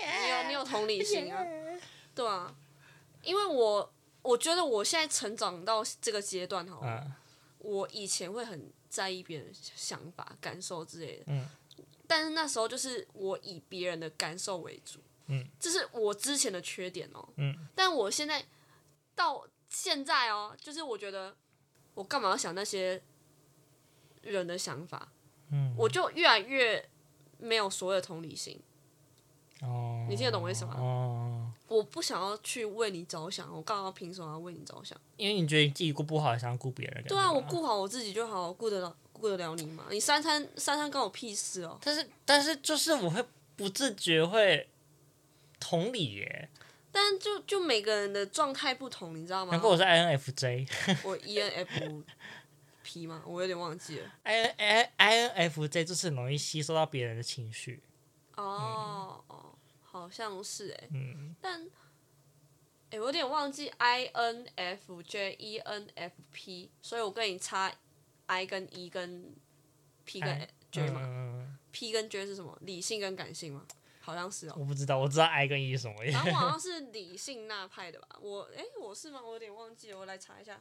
A: 你
B: 你有同理心啊，
A: 哎
B: 对啊，因为我我觉得我现在成长到这个阶段哈，
A: 嗯
B: 我以前会很在意别人的想法、感受之类的，
A: 嗯
B: 但是那时候就是我以别人的感受为主，
A: 嗯，
B: 这是我之前的缺点哦，
A: 嗯，
B: 但我现在到现在哦，就是我觉得我干嘛要想那些人的想法，
A: 嗯，
B: 我就越来越没有所谓的同理心，
A: 哦，
B: 你听得懂我意思吗
A: 哦，
B: 我不想要去为你着想，我干嘛凭什么要为你着想？
A: 因为你觉得你自己顾不好，想要顾别人的感觉
B: 对
A: 吧。
B: 啊，我顾好我自己就好，顾得了顾得了你吗？你三餐三餐关我屁事哦。
A: 但是但是就是我会不自觉会同理耶，
B: 啊但就就每个人的状态不同，你知道吗？
A: 难怪我是 INFJ。
B: 我 E ENFP [laughs] 嘛，我有点忘记了。
A: I N I I N F J 就是很容易吸收到别人的情绪，
B: 哦、哦，好像是哎、
A: 嗯，
B: 但哎、我有点忘记 INFJ、ENFP，所以我跟你差 I 跟 E 跟 P 跟
A: 哎
B: J 嘛、
A: 嗯，
B: p 跟 J 是什么？理性跟感性吗？好像
A: [laughs]
B: 是哦。
A: 我不知道，我知道 I 跟 E 是什么耶
B: 然。后我好像是理性那派的吧？我哎、我是吗？我有点忘记了，我来查一下。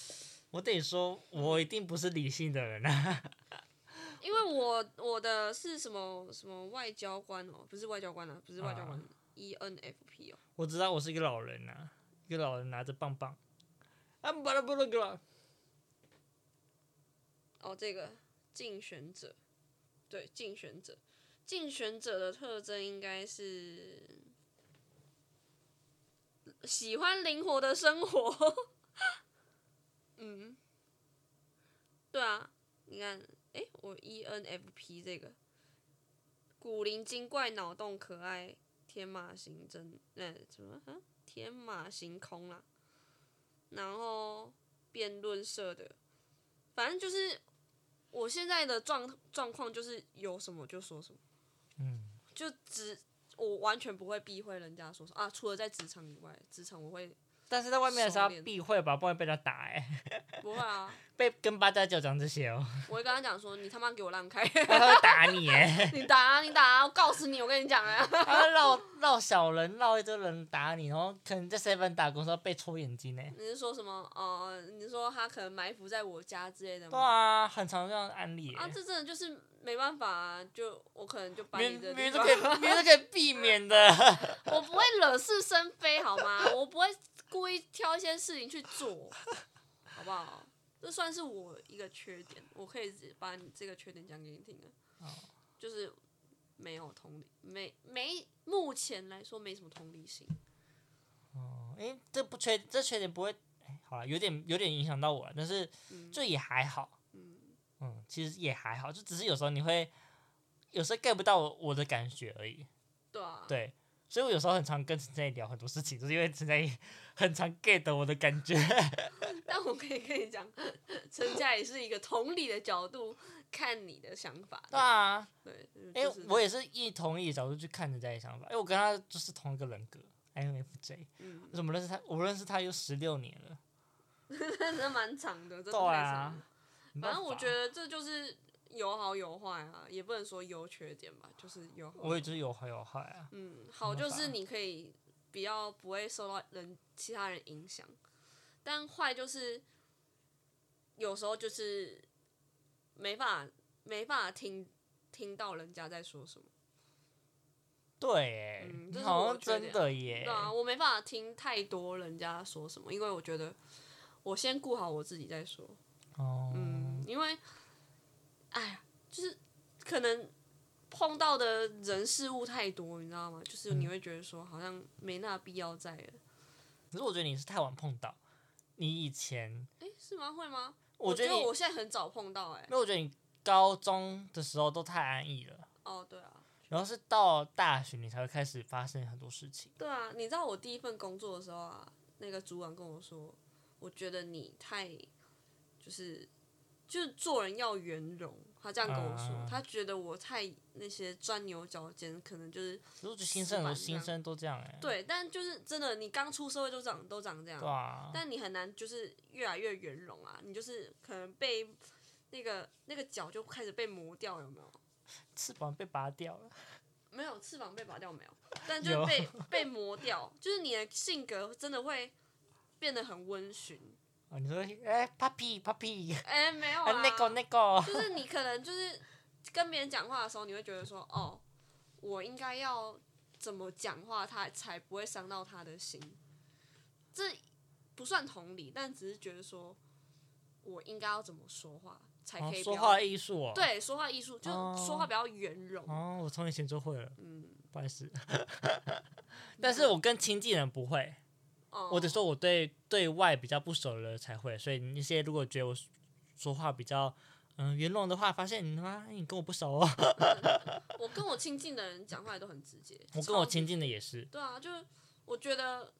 A: [laughs] 我得说，我一定不是理性的人啊。 [laughs]
B: 因为我我的是什么什么外交官哦，不是外交官啊，不是外交官、e n f p 哦，
A: 我知道我是一个老人啊，一个老人拿着棒棒。啊，巴拉巴拉巴拉。
B: 哦这个竞选者，对竞选者，竞选者的特征应该是喜欢灵活的生活，嗯，对啊，你看，诶，我 E N F P 这个古灵精怪、脑洞可爱、天马行真，呃，什么啊？天马行空啦、然后辩论社的，反正就是我现在的状状况就是有什么就说什么，
A: 嗯，
B: 就只我完全不会避讳人家说什么啊，除了在职场以外，职场我会
A: 但是在外面的时候
B: 熟练
A: 要避讳吧，不然被人家打哎、
B: 不会啊，
A: [laughs] 被跟八家教讲这些哦， [laughs]
B: 我会跟他讲说你他妈给我让开，
A: 他会打你哎、
B: [laughs] 你打啊你打啊，我告死你，我跟你讲啊。
A: [laughs]
B: [laughs]
A: 他会绕绕小人，绕一堆人打你，然后可能在 seven 打工的时候被戳眼睛呢、欸
B: 你是说什么？呃，你是说他可能埋伏在我家之类的
A: 对
B: 吗？
A: 啊，很常这样的案例、欸。
B: 啊，这真的就是没办法、啊，就我可能就把
A: 明
B: 你
A: 明
B: 的
A: 明
B: 地
A: 是
B: 方
A: 可以，明是可以避免 [laughs] 的。
B: 我不会惹是生非好吗？我不会故意挑一些事情去做，好不好？这算是我一个缺点，我可以直把你这个缺点讲给你听啊。
A: 哦
B: 就是没有同理，没没，目前来说没什么同理心。
A: 哦，因为这不缺这缺点不会，哎好了，有点有点影响到我了，但是
B: 嗯
A: 就也还好，
B: 嗯
A: 嗯，其实也还好，就只是有时候你会有时候 get 不到我我的感觉而已。
B: 对啊，
A: 对，所以我有时候很常跟陈佳怡聊很多事情，就是因为陈佳怡 [laughs] 很常 get 我的感觉。
B: 但我可以跟你讲， [laughs] 陈佳也是一个同理的角度看你的想法。
A: 对 [laughs] 啊，
B: 对，
A: 哎、
B: 就是嗯
A: 我也是一同意的角度去看人家的想法，因为我跟他就是同一个人格，INFJ。
B: 嗯，
A: 怎么认识他？我认识他有十六年了。
B: 真的蛮长的，真的
A: 对
B: 蛮
A: 啊
B: 长的。，
A: 没办
B: 反正我
A: 法
B: 觉得这就是有好有坏啊，也不能说优缺点吧，就是有好有
A: 我也就是有好有坏啊。
B: 嗯，好
A: 没办
B: 就
A: 法
B: 是你可以比较不会受到人其他人影响，但坏就是有时候就是没办法没办法听听到人家在说什么。
A: 对、
B: 嗯
A: 你
B: 这是
A: 好
B: 我
A: 像
B: 的缺
A: 真
B: 点
A: 的耶。
B: 对啊，我没办法听太多人家说什么，因为我觉得我先顾好我自己再说。
A: 哦，
B: 嗯，因为，哎呀，就是可能碰到的人事物太多，你知道吗？就是
A: 嗯
B: 你会觉得说好像没那必要在了。
A: 可是我觉得你是太晚碰到，你以前，
B: 哎、是吗？会吗？
A: 我觉
B: 觉
A: 得你，
B: 我现在很早碰到、哎
A: 因，为我觉得你高中的时候都太安逸了，
B: 哦，对啊，
A: 然后是到大学你才会开始发生很多事情。
B: 对啊，你知道我第一份工作的时候啊，那个主管跟我说，我觉得你太就是就是做人要圆融，他这样跟我说，
A: 啊
B: 他觉得我太那些钻牛角尖，可能就是
A: 可是我觉得新生很多
B: 死板这
A: 新
B: 样
A: 生都这样哎、
B: 对，但就是真的，你刚出社会就长都长这样
A: 对，啊，
B: 但你很难就是越来越圆融啊，你就是可能被那个那个角就开始被磨掉，有没有？
A: 翅膀被拔掉了。
B: 没有翅膀被拔掉没有，但就
A: 有
B: 是被被磨掉，就是你的性格真的会变得很温驯。
A: 哦，你说哎，papi papi， [laughs]
B: 哎、没有
A: 啊
B: 啊，
A: 那个那
B: [laughs]
A: 个，
B: 就是你可能就是跟别人讲话的时候，你会觉得说，哦，我应该要怎么讲话，他才不会伤到他的心。这不算同理，但只是觉得说我应该要怎么说话才
A: 哦
B: 可以不
A: 说
B: 要、
A: 话艺术哦。。
B: 对说话艺术，就是
A: 哦
B: 说话比较圆融。
A: 哦，我从以前就会了，
B: 嗯，
A: 不好意
B: [laughs]
A: 思。 [laughs] 但是我跟亲近人不会，
B: 哦
A: 我只说我对对外比较不熟的才会，所以那些如果觉得我说话比较嗯圆融的话，发现你他妈你跟我不熟哦。
B: 我跟我亲近的人讲话也都很直接。
A: 我跟我
B: 超级
A: 亲近的也是，
B: 对啊，就是我觉得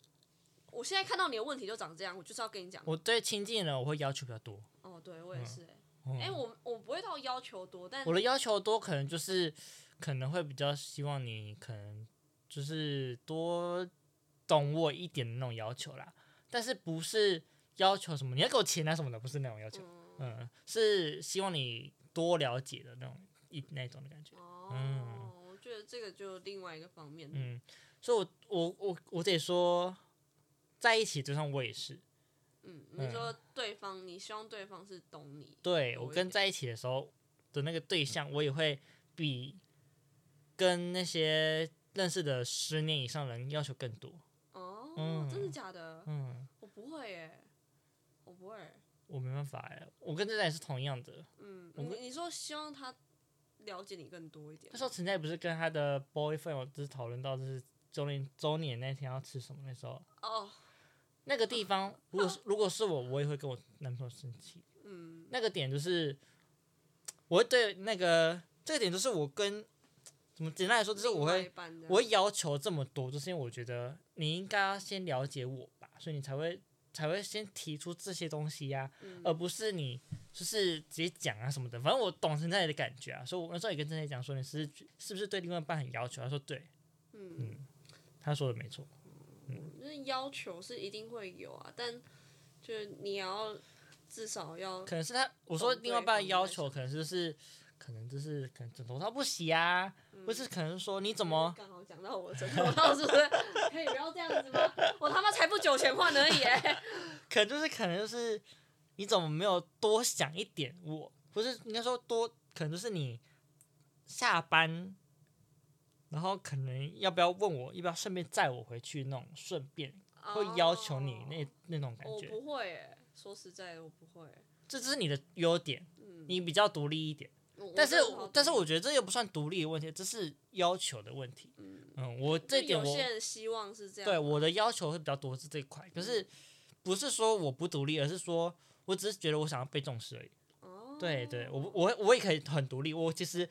B: 我现在看到你的问题就长这样，我就是要跟你讲。
A: 我对亲近人我会要求比较多。
B: 哦，对我也是、欸，
A: 嗯
B: 哎、我我不会到要求多，但
A: 我的要求多，可能就是可能会比较希望你可能就是多懂我一点的那种要求啦，但是不是要求什么你要给我钱啊什么的，不是那种要求，
B: 嗯
A: 嗯，是希望你多了解的那种一那种的感觉，
B: 哦，
A: 嗯
B: 我觉得这个就另外一个方面。
A: 嗯，所以我我我我得说，在一起就算我也是，
B: 嗯，
A: 嗯
B: 你说对方，你希望对方是懂你，
A: 对
B: 多
A: 我
B: 一
A: 跟
B: 点
A: 在一起的时候的那个对象，我也会比跟那些认识的十年以上的人要求更多。
B: 哦，
A: 嗯
B: 真的假的？
A: 嗯，
B: 我不会耶，我不会。
A: 我没办法哎，我跟这在也是同样的。
B: 嗯，
A: 我
B: 你
A: 会
B: 你说希望他了解你更多一点
A: 那，时候陈佳也不是跟她的 boyfriend，我就是讨论到就是周年周年那天要吃什么，那时候
B: 哦，
A: 那个地方，如果是如果是我，我也会跟我男朋友生气。
B: 嗯，
A: 那个点就是，我会对那个这个点就是我跟怎么简单来说，就是
B: 另
A: 我
B: 外
A: 会
B: 一半的，
A: 我会要求这么多，就是因为我觉得你应该要先了解我吧，所以你才会才会先提出这些东西呀、
B: 嗯
A: 而不是你就是直接讲啊什么的。反正我懂陈太太的感觉啊，所以我那时候也跟陈太太讲说，你是是不是对另外一半很要求？他说对，
B: 嗯，
A: 他说的没错。嗯
B: 就是要求是一定会有啊，但就是你也要至少要
A: 可能是他我说
B: 懂
A: 另外一半的
B: 对方
A: 要
B: 在
A: 求，
B: 想
A: 可能就是可能就是可能枕头套不洗啊，或
B: 嗯
A: 是可能说你怎么
B: 哎刚好讲到我枕头套是不 [laughs] 是？可以不要这样子吗？我他妈才不久前换而已、欸。
A: 可能就是可能就是你怎么没有多想一点我，不是应该说多，可能就是你下班，然后可能要不要问我要不要顺便载我回去那种顺便， [laughs] 会要求你
B: 哦
A: 那那种感
B: 我
A: 觉，
B: 不会、欸，说实在的，我不会、
A: 这就是你的优点，
B: 嗯，
A: 你比较独立一点。
B: 我
A: 但是
B: 我真的好
A: 但是我觉得这又不算独立的问题，这是要求的问题。
B: 嗯，
A: 嗯，我
B: 就
A: 这点
B: 有
A: 我
B: 些人希望是这样，嗯
A: 对我的要求会比较多是这一块，可是不是说我不独立，而是说我只是觉得我想要被重视而已。
B: 哦，
A: 对对，我不我会我也可以很独立。我其实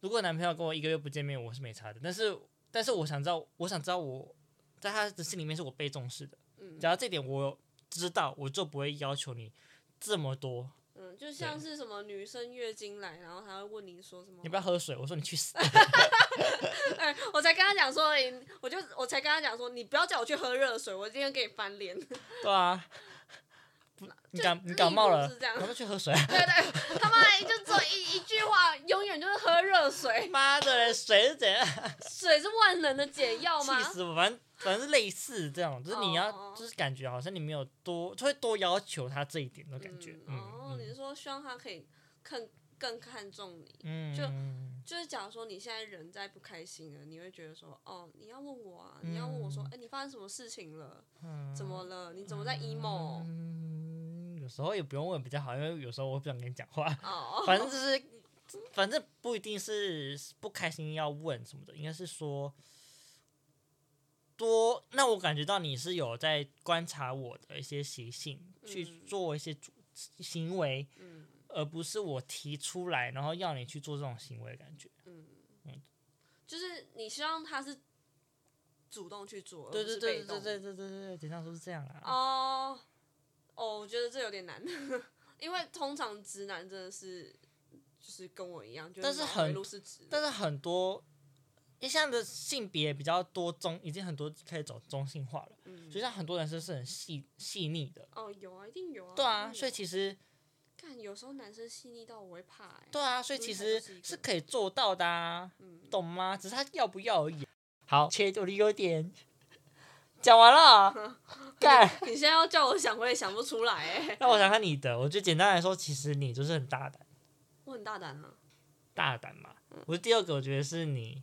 A: 如果男朋友跟我一个月不见面，我是没差的。但是但是我想知道，我想知道我在他的心里面是我被重视的。
B: 嗯
A: 只要这点我知道，我就不会要求你这么多。
B: 嗯，就像是什么女生月经来，然后他会问你说什么？
A: 你不要喝水，我说你去死。
B: [laughs] 哎，我才跟他讲说，哎我就我才跟他讲说，你不要叫我去喝热水，我今天给你翻脸。
A: 对
B: [laughs]
A: 啊，不你感
B: 就
A: [laughs] 你感冒
B: 例
A: 了
B: 如是 [laughs] 这样，
A: 赶快去喝水。 [laughs]
B: 对对，他妈就只有一一句话，永远就是喝热水，
A: 妈的嘞，水是怎样？
B: 水是万能的解药
A: [laughs]
B: 吗
A: 气？死我！反正反正是类似这样，就是你要
B: 哦
A: 就是感觉好像你没有多，就会多要求他这一点的感觉
B: 嗯。哦，你
A: 嗯
B: 是说希望他可以更更看重你？
A: 嗯，
B: 就
A: 嗯
B: 就是假如说你现在人在不开心了，你会觉得说，哦，你要问我啊，你要问我说，
A: 嗯
B: 哎、你发生什么事情了？
A: 嗯
B: 怎么了？你怎么在 emo？、
A: 嗯，有时候也不用问比较好，因为有时候我不想跟你讲
B: [laughs]
A: 话。
B: 哦，
A: 反正就是，反正不一定是不开心要问什么的，应该是说多。那我感觉到你是有在观察我的一些习性，去
B: 嗯
A: 做一些主行为，
B: 嗯
A: 而不是我提出来，然后要你去做这种行为的感觉。
B: 嗯，就是你希望他是主动去做，而
A: 对
B: 不
A: 对
B: 是
A: 对
B: 被
A: 对
B: 动
A: 对对对对，简单说是这样啊。
B: 哦哦，我觉得这有点难， [laughs] 因为通常直男真的是就是跟我一样，就
A: 但是
B: 是脑
A: 很
B: 回路是直，
A: 但是很多，因为现在的性别比较多中，已经很多开始走中性化了，
B: 嗯
A: 所以像很多人是是很细细腻的。
B: 哦有啊，一定有啊，
A: 对
B: 一
A: 啊，
B: 定
A: 所以
B: 有
A: 其实
B: 看有时候男生细腻到我会怕哎、
A: 对啊，所以
B: 所
A: 其
B: 以它
A: 实
B: 就是一
A: 是
B: 个
A: 可以做到的、啊，
B: 嗯，
A: 懂吗？只是他要不要而已。好，切我的优点讲完了，干。
B: [laughs] 你现在要叫我想，我也想不出来哎、
A: 那我想看你的，我觉得简单来说，其实你就是很大胆，
B: 我很大胆啊，
A: 大胆嘛。我第二个，我觉得是你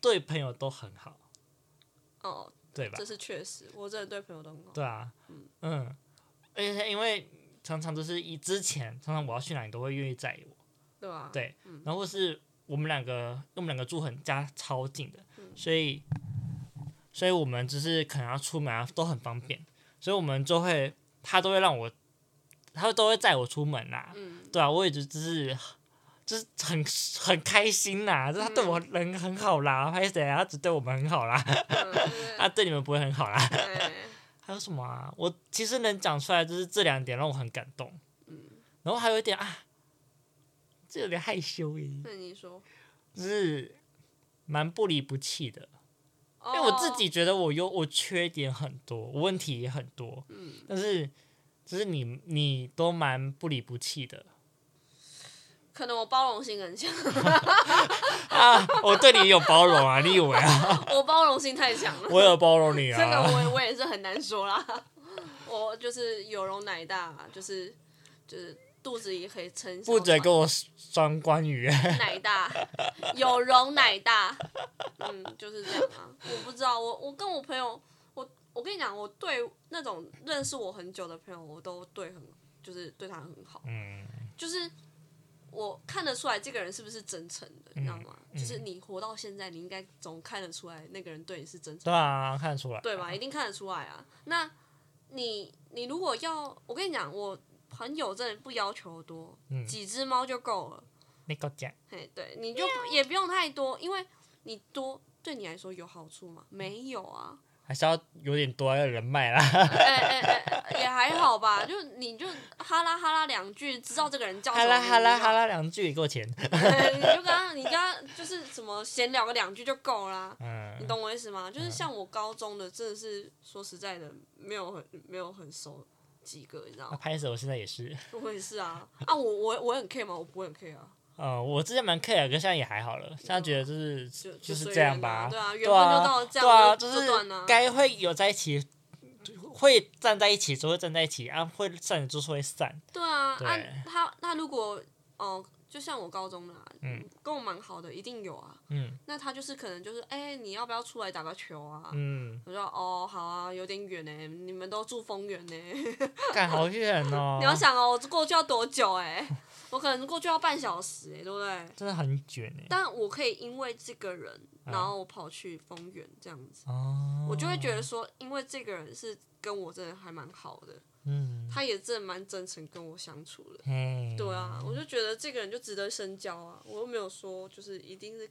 A: 对朋友都很好，
B: 哦，
A: 对吧
B: 这？是确实，我真的对朋友都很好。
A: 对啊，嗯，而且因为常常都是以之前，常常我要去哪，你都会愿意载我。
B: 对吧？
A: 对
B: 嗯，
A: 然后或是我们两个，因为我们两个住很家超近的，
B: 嗯
A: 所以所以我们就是可能要出门啊都很方便，所以我们就会他都会让我，他都会载我出门啦、
B: 嗯，
A: 对啊，我也觉得就是就是很很开心呐、就是他对我人很好啦，还是怎样，他只对我们很好啦，
B: 嗯
A: 他对你们不会很好啦。 [laughs]
B: 对
A: 还有什么啊？我其实能讲出来就是这两点让我很感动，然后还有一点啊，这有点害羞耶。
B: 那你说，
A: 就是蛮不离不弃的，
B: 因哦
A: 因为我自己觉得我有我缺点很多，我问题也很多，
B: 嗯，
A: 但是就是你你都蛮不离不弃的 [laughs]
B: 哦可能我包容性很强，
A: 啊！我对你有包容啊，你以为啊？
B: 我包容性太强了。
A: 我有包容你
B: [laughs] 这个
A: 啊！
B: 我我也是很难说啦。 [laughs] 我就是有容乃大，就是就是肚子里可以撑上
A: 不准跟
B: 我
A: 我双关语，
B: [laughs] 奶大，有容乃大，嗯，就是这样啊。我不知道，我我跟我朋友，我我跟你讲，我对那种认识我很久的朋友，我都对很就是对他很好，
A: 嗯，
B: 就是。我看得出来这个人是不是真诚的，你知道吗？就是你活到现在，你应该总看得出来那个人对你是真
A: 对
B: 诚的
A: 啊，看得出来，
B: 对吧？一定看得出来啊。那你你如果要，我跟你讲，我朋友真的不要求多，
A: 嗯
B: 几只猫就够了。
A: 你给我讲，
B: 嘿，对，你就不也不用太多，因为你多对你来说有好处吗？没有啊，
A: 还是要有点多要有人脉啦，
B: 哎哎哎哎，也还好吧。就你就哈啦哈啦两句，知道这个人叫
A: 哈
B: 什么
A: 啦
B: 名字
A: 哈啦哈
B: [laughs] 就好，
A: 啦两句给我钱，
B: 你就跟他你跟他就是什么闲聊个两句就够啦、你
A: 嗯，
B: 懂我意思吗？就是像我高中的，真的是说实在的，没有很没有很熟几个，你知道
A: 那
B: 吗？
A: 啊拍手我现在也是，
B: 我也是啊，啊，我我我很 care 吗？我不会很 care 啊，
A: 嗯，我之前蛮 care，可现在也还好了，现在觉得就是
B: 就
A: 就是
B: 随
A: 这样
B: 缘
A: 吧
B: 啊对啊，缘分
A: 对啊，
B: 就到这样，
A: 对啊，
B: 就
A: 就是
B: 断啊。
A: 该会有在一起，会站在一起就会站在一起，啊，会散就是会散，
B: 对啊，
A: 对
B: 啊，他他如果哦、就像我高中的、啊，
A: 嗯
B: 跟我蛮好的，一定有啊。
A: 嗯
B: 那他就是可能就是，哎、你要不要出来打个球啊？
A: 嗯，
B: 我说哦，好啊，有点远呢、你们都住丰原呢、
A: 哦干好远哦，
B: [laughs] 你要想哦，我过去要多久哎、 [laughs] 我可能过去要半小时哎、对不对？
A: 真的很卷哎，
B: 但我可以因为这个人，
A: 嗯
B: 然后我跑去丰原这样子，
A: 哦，
B: 我就会觉得说，因为这个人是跟我真的还蛮好的，
A: 嗯，
B: 他也真的蛮真诚跟我相处的。
A: 嘿，
B: 对啊，我
A: [laughs]
B: 就觉得这个人就值得深交啊，我又没有说就是一定是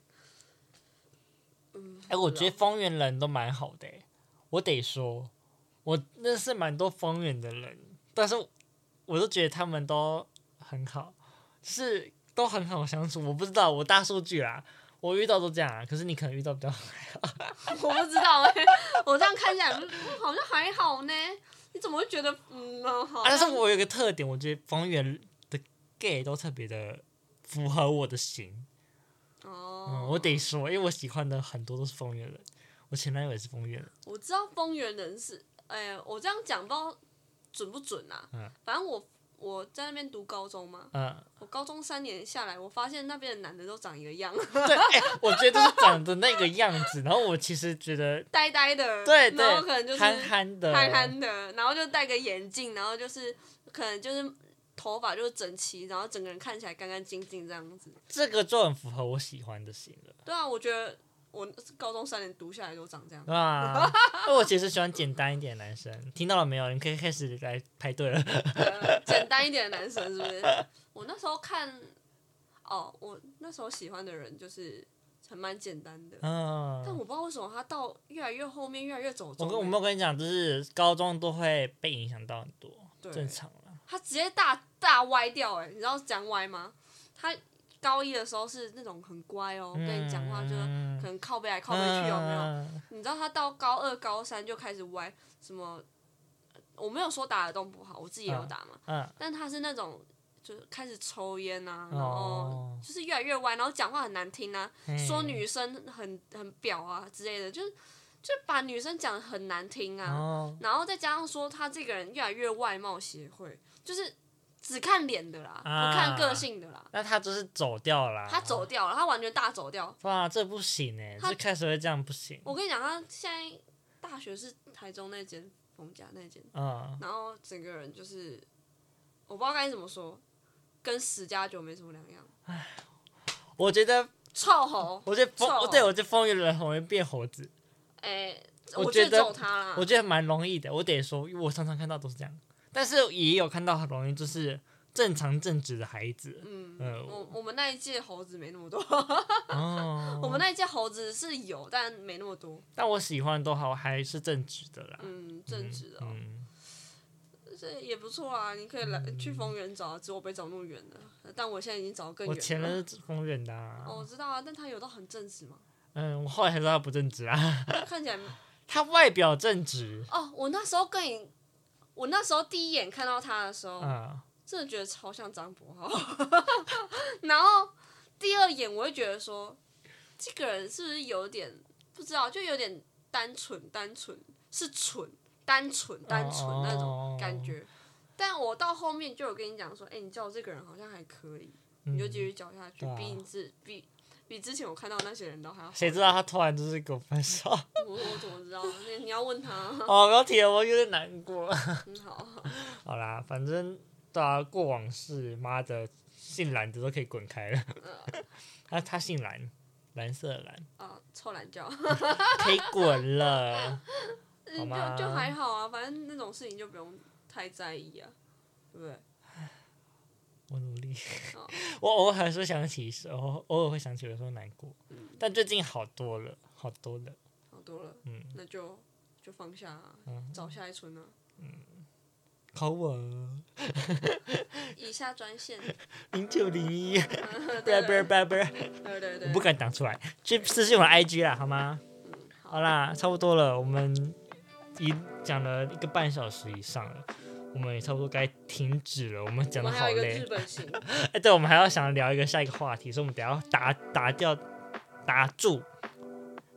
B: 嗯，
A: 哎、我觉得丰原人都蛮好的、欸，我得说，我认识蛮多丰原的人，但是我都觉得他们都很好，就是都很好相处。我不知道，我大数据啦，我遇到都这样啊。可是你可能遇到比较，
B: 我不知道
A: [laughs]
B: 哎、我这样看起来嗯好像还好呢。你怎么会觉得嗯哦好
A: 啊、但是
B: 像？
A: 我有一个特点，我觉得丰原的 gay 都特别的符合我的型。嗯，
B: 哦，
A: 我得说，因为我喜欢的很多都是丰原人，我前男友也是丰原人。
B: 我知道丰原人是，哎、我这样讲不知道准不准啊。
A: 嗯
B: 反正我我在那边读高中嘛，
A: [laughs] 嗯，
B: 我高中三年下来，我发现那边的男的都长一个样， [laughs]
A: 对，哎、我觉得就是长得那个样子，然后我其实觉得
B: 呆呆的，
A: 对
B: 然后
A: 对
B: 可能就是
A: 憨憨的，
B: 憨憨的，然后就戴个眼镜，然后就是可能就是头发就是整齐，然后整个人看起来干干净净这样子。
A: 这个就很符合我喜欢的型了，
B: 对啊，我觉得我高中三年读下来都长
A: [laughs]
B: 这样
A: 对。
B: [laughs]
A: 吧？那我其实喜欢简单一点的男生，听到了没有？你可以开始来排队了。
B: 呃简单一点的男生是不是？我那时候看，哦，我那时候喜欢的人就是还蛮简单的，但
A: 嗯，
B: 我不知道为什么他到越来越后面越来越走
A: 我
B: 中欸、
A: 跟我们跟你讲，就是高中都会被影响到很多，
B: 对
A: 正常了。
B: 他直接大大歪掉哎、你知道讲歪吗？他高一的时候是那种很乖哦，
A: 嗯
B: 跟你讲话就是可能靠背来靠背去有没有？
A: 有？
B: 你知道他到高二、高三就开始歪什么？我没有说打耳洞不好，我自己也有打嘛。
A: 嗯，
B: 但他是那种就是开始抽烟啊，然后
A: 哦，嗯
B: 就是越来越歪，然后讲话很难听啊，
A: 嘿
B: 说女生很很婊啊之类的，就是就把女生讲的很难听啊。
A: 哦，
B: 然后再加上说他这个人越来越外貌协会，就是只看脸的啦，
A: 啊
B: 不看个性的啦。
A: 那他就是走掉了。
B: 他走。掉了，他完全大走掉。
A: 哇，这不行哎，
B: 他
A: 这开始会这样不行。
B: 我跟你讲，他现在大学是台中那间冯家那间，
A: 嗯，
B: 然后整个人就是我不知道该怎么说，跟十加九没什么两样，
A: 我觉得，
B: 臭猴。
A: 我觉得
B: 臭
A: 风，对我觉得风云人很容易变猴子。
B: 哎、
A: 我
B: 觉
A: 觉得
B: 揍他啦。
A: 我觉得蛮容易的，我得说，因为我常常看到都是这样，但是也有看到很容易就是正常正直的孩子，
B: 嗯，
A: 呃
B: 我我们那一届猴子没那么多，
A: 哦，
B: 我们那一届猴子是有，但没那么多。
A: 但我喜欢都好还是正直的啦，
B: 嗯，正直的、哦，
A: 嗯，
B: 这也不错啊。你可以来、去丰原找啊，只是我没找那么远的，但我现在已经找更
A: 我
B: 远了。
A: 前任是风远的、啊，
B: 哦，我知道啊，但他有到很正直嘛，
A: 嗯，我后来才知道他不正直啊， [laughs]
B: 他看起来
A: 他外表正直，
B: 哦，我那时候跟你，我那时候第一眼看到他的时候，
A: 啊、
B: 真的觉得超像张博浩， [laughs] 然后第二眼我会觉得说，这个人是不是有点不知道，就有点单纯，单纯是蠢，单纯，单纯
A: 哦
B: 那种感觉。但我到后面就有跟你讲说，哎、你叫这个人好像还可以，
A: 嗯，
B: 你就继续叫下去，
A: 对啊
B: 比你自比比之前我看到那些人都还要好。
A: 谁知道他突然就是跟我分手？ [laughs]
B: 我我怎么知道？你你要问他。 [laughs]
A: 哦，不要提了，我有点难过。
B: 很好，
A: 好啦，反正对啊，过往事，妈的，姓蓝的都可以滚开了。
B: 嗯
A: [laughs] 他他姓蓝，蓝色的蓝，
B: 啊，臭懒觉。
A: 可以滚了。
B: [laughs]
A: 好
B: 嗯，
A: 吗
B: 就就还好啊，反正那种事情就不用太在意啊，对不对？
A: 我努力
B: 哦，
A: [laughs] 我偶尔是想起，偶偶尔会想起，有时候难过，
B: 嗯，
A: 但最近好多了，好多了。
B: 好多了，
A: 嗯，
B: 那就就放下、啊，
A: 嗯
B: 找下一春啊，
A: 考我
B: 以下专
A: [laughs]
B: 线，
A: 零九零一，
B: [laughs] 对
A: 不然不然
B: 对
A: 不然不然，
B: 对对
A: 我
B: 对，
A: 不敢讲出来，去私信我的 IG 啦，好吗？
B: 嗯，好
A: 好，啦，差不多了，我们已讲了一个半小时以上了，我们也差不多该停止了。我们
B: 我
A: 讲的
B: 们
A: 好
B: 还有一个
A: 累
B: 日，本
A: [laughs]
B: 行，
A: 哎、对，我们还要想聊一个下一个话题，所以我们等一下要打打掉打住。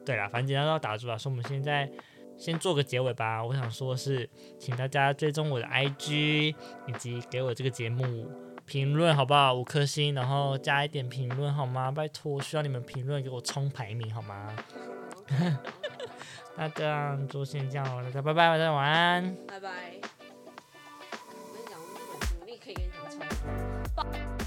A: 对啦，反正今天要打住了，所以我们现在先做个结尾吧。我想说是，请大家追踪我的 IG，以及给我这个节目评论好不好？五颗星，然后加一点评论好吗？拜托，需要你们评论给我冲排名好吗？
B: 嗯
A: 那这样就先这样了，大家拜拜，大家晚安。 [laughs]
B: 拜拜。我跟你讲，我日本行，我立刻跟你讲超。